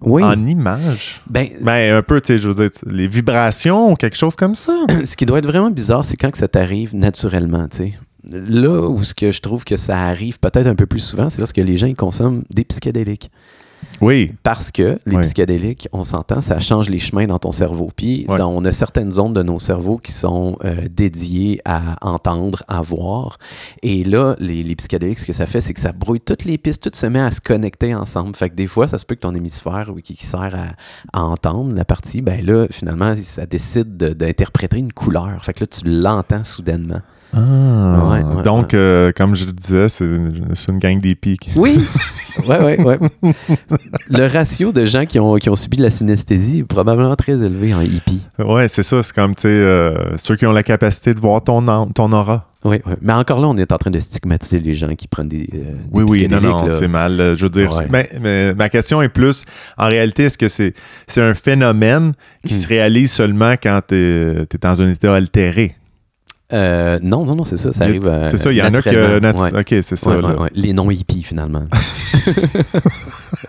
[SPEAKER 1] Oui.
[SPEAKER 2] en image.
[SPEAKER 1] Ben,
[SPEAKER 2] Ben, un peu, tu sais, je veux dire, tu- les vibrations ou quelque chose comme ça.
[SPEAKER 1] ce qui doit être vraiment bizarre, c'est quand que ça t'arrive naturellement, tu sais. Là où ce que je trouve que ça arrive peut-être un peu plus souvent, c'est lorsque les gens ils consomment des psychédéliques.
[SPEAKER 2] Oui.
[SPEAKER 1] Parce que les
[SPEAKER 2] Oui.
[SPEAKER 1] psychédéliques, on s'entend, ça change les chemins dans ton cerveau. Puis
[SPEAKER 2] Ouais.
[SPEAKER 1] dans- on a certaines zones de nos cerveaux qui sont euh, dédiées à entendre, à voir. Et là, les, les psychédéliques, ce que ça fait, c'est que ça brouille toutes les pistes, tout se met à se connecter ensemble. Fait que des fois, ça se peut que ton hémisphère oui, qui, qui sert à, à entendre la partie, ben là, finalement, ça décide de- d'interpréter une couleur. Fait que là, tu l'entends soudainement.
[SPEAKER 2] Ah.
[SPEAKER 1] Ouais, ouais,
[SPEAKER 2] Donc, euh, comme je le disais, c'est une, c'est une gang des pics.
[SPEAKER 1] Oui. Ouais, ouais, ouais. Le ratio de gens qui ont, qui ont subi de la synesthésie est probablement très élevé en hippie.
[SPEAKER 2] Ouais, c'est ça. C'est comme, tu sais, euh, ceux qui ont la capacité de voir ton, an- ton aura.
[SPEAKER 1] Oui, oui. Mais encore là, on est en train de stigmatiser les gens qui prennent des. euh, des
[SPEAKER 2] Oui, oui, non,
[SPEAKER 1] psychédéliques,
[SPEAKER 2] non,
[SPEAKER 1] là.
[SPEAKER 2] c'est mal. euh, Je veux dire,
[SPEAKER 1] Ouais.
[SPEAKER 2] mais, mais ma question est plus, en réalité, est-ce que c'est c'est un phénomène qui
[SPEAKER 1] Hmm.
[SPEAKER 2] se réalise seulement quand tu es, dans un état altéré?
[SPEAKER 1] Euh, non, non, non, c'est ça. Ça
[SPEAKER 2] Il y a-
[SPEAKER 1] arrive. euh,
[SPEAKER 2] C'est ça, il y en a que...
[SPEAKER 1] naturellement.
[SPEAKER 2] natu-
[SPEAKER 1] Ouais.
[SPEAKER 2] OK, c'est ça.
[SPEAKER 1] Ouais,
[SPEAKER 2] là.
[SPEAKER 1] ouais, ouais. Les non-hippies, finalement.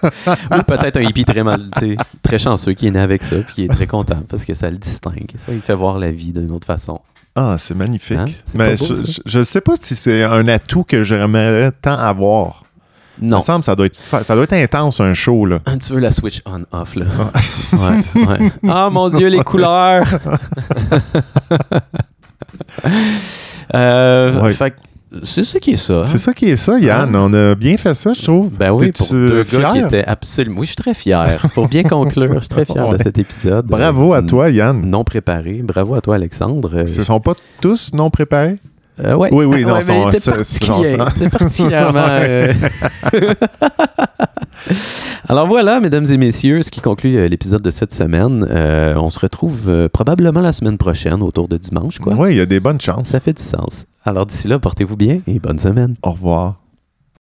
[SPEAKER 1] Ou peut-être un hippie très mal, tu sais, très chanceux qui est né avec ça puis qui est très content parce que ça le distingue. Ça, il fait voir la vie d'une autre façon.
[SPEAKER 2] Ah, c'est magnifique.
[SPEAKER 1] Hein? C'est
[SPEAKER 2] Mais
[SPEAKER 1] pas beau, ça?
[SPEAKER 2] je- je ne sais pas si c'est un atout que j'aimerais tant avoir. Il
[SPEAKER 1] Non.
[SPEAKER 2] me semble que ça doit être, fa- ça doit être intense, un show, là.
[SPEAKER 1] Ah, Tu veux la switch on-off, là. Ouais, ouais. Ah, mon Dieu, les couleurs! Euh,
[SPEAKER 2] Ouais.
[SPEAKER 1] fait que c'est ça qui est ça. hein.
[SPEAKER 2] C'est ça qui est ça, Yann. On a bien fait ça, je trouve.
[SPEAKER 1] Ben oui,
[SPEAKER 2] T'es-tu,
[SPEAKER 1] pour deux
[SPEAKER 2] euh,
[SPEAKER 1] gars qui
[SPEAKER 2] fier?
[SPEAKER 1] étaient absolument... Oui, je suis très fier. Pour bien conclure, je suis très fier
[SPEAKER 2] Ouais.
[SPEAKER 1] de cet épisode.
[SPEAKER 2] Bravo à
[SPEAKER 1] Euh,
[SPEAKER 2] toi, Yann.
[SPEAKER 1] Non préparé. Bravo à toi, Alexandre. Euh,
[SPEAKER 2] Ce sont pas tous non préparés?
[SPEAKER 1] euh, ouais.
[SPEAKER 2] Oui, oui, non,
[SPEAKER 1] Ouais, mais
[SPEAKER 2] sont-
[SPEAKER 1] t'es
[SPEAKER 2] c'est-
[SPEAKER 1] particulier,
[SPEAKER 2] sont-
[SPEAKER 1] t'es particulièrement... euh, Alors voilà, mesdames et messieurs, ce qui conclut euh, l'épisode de cette semaine. Euh, on se retrouve euh, probablement la semaine prochaine, autour de dimanche, quoi.
[SPEAKER 2] Oui, il y a des bonnes chances.
[SPEAKER 1] Ça fait du sens. Alors d'ici là, portez-vous bien et bonne semaine.
[SPEAKER 2] Au revoir.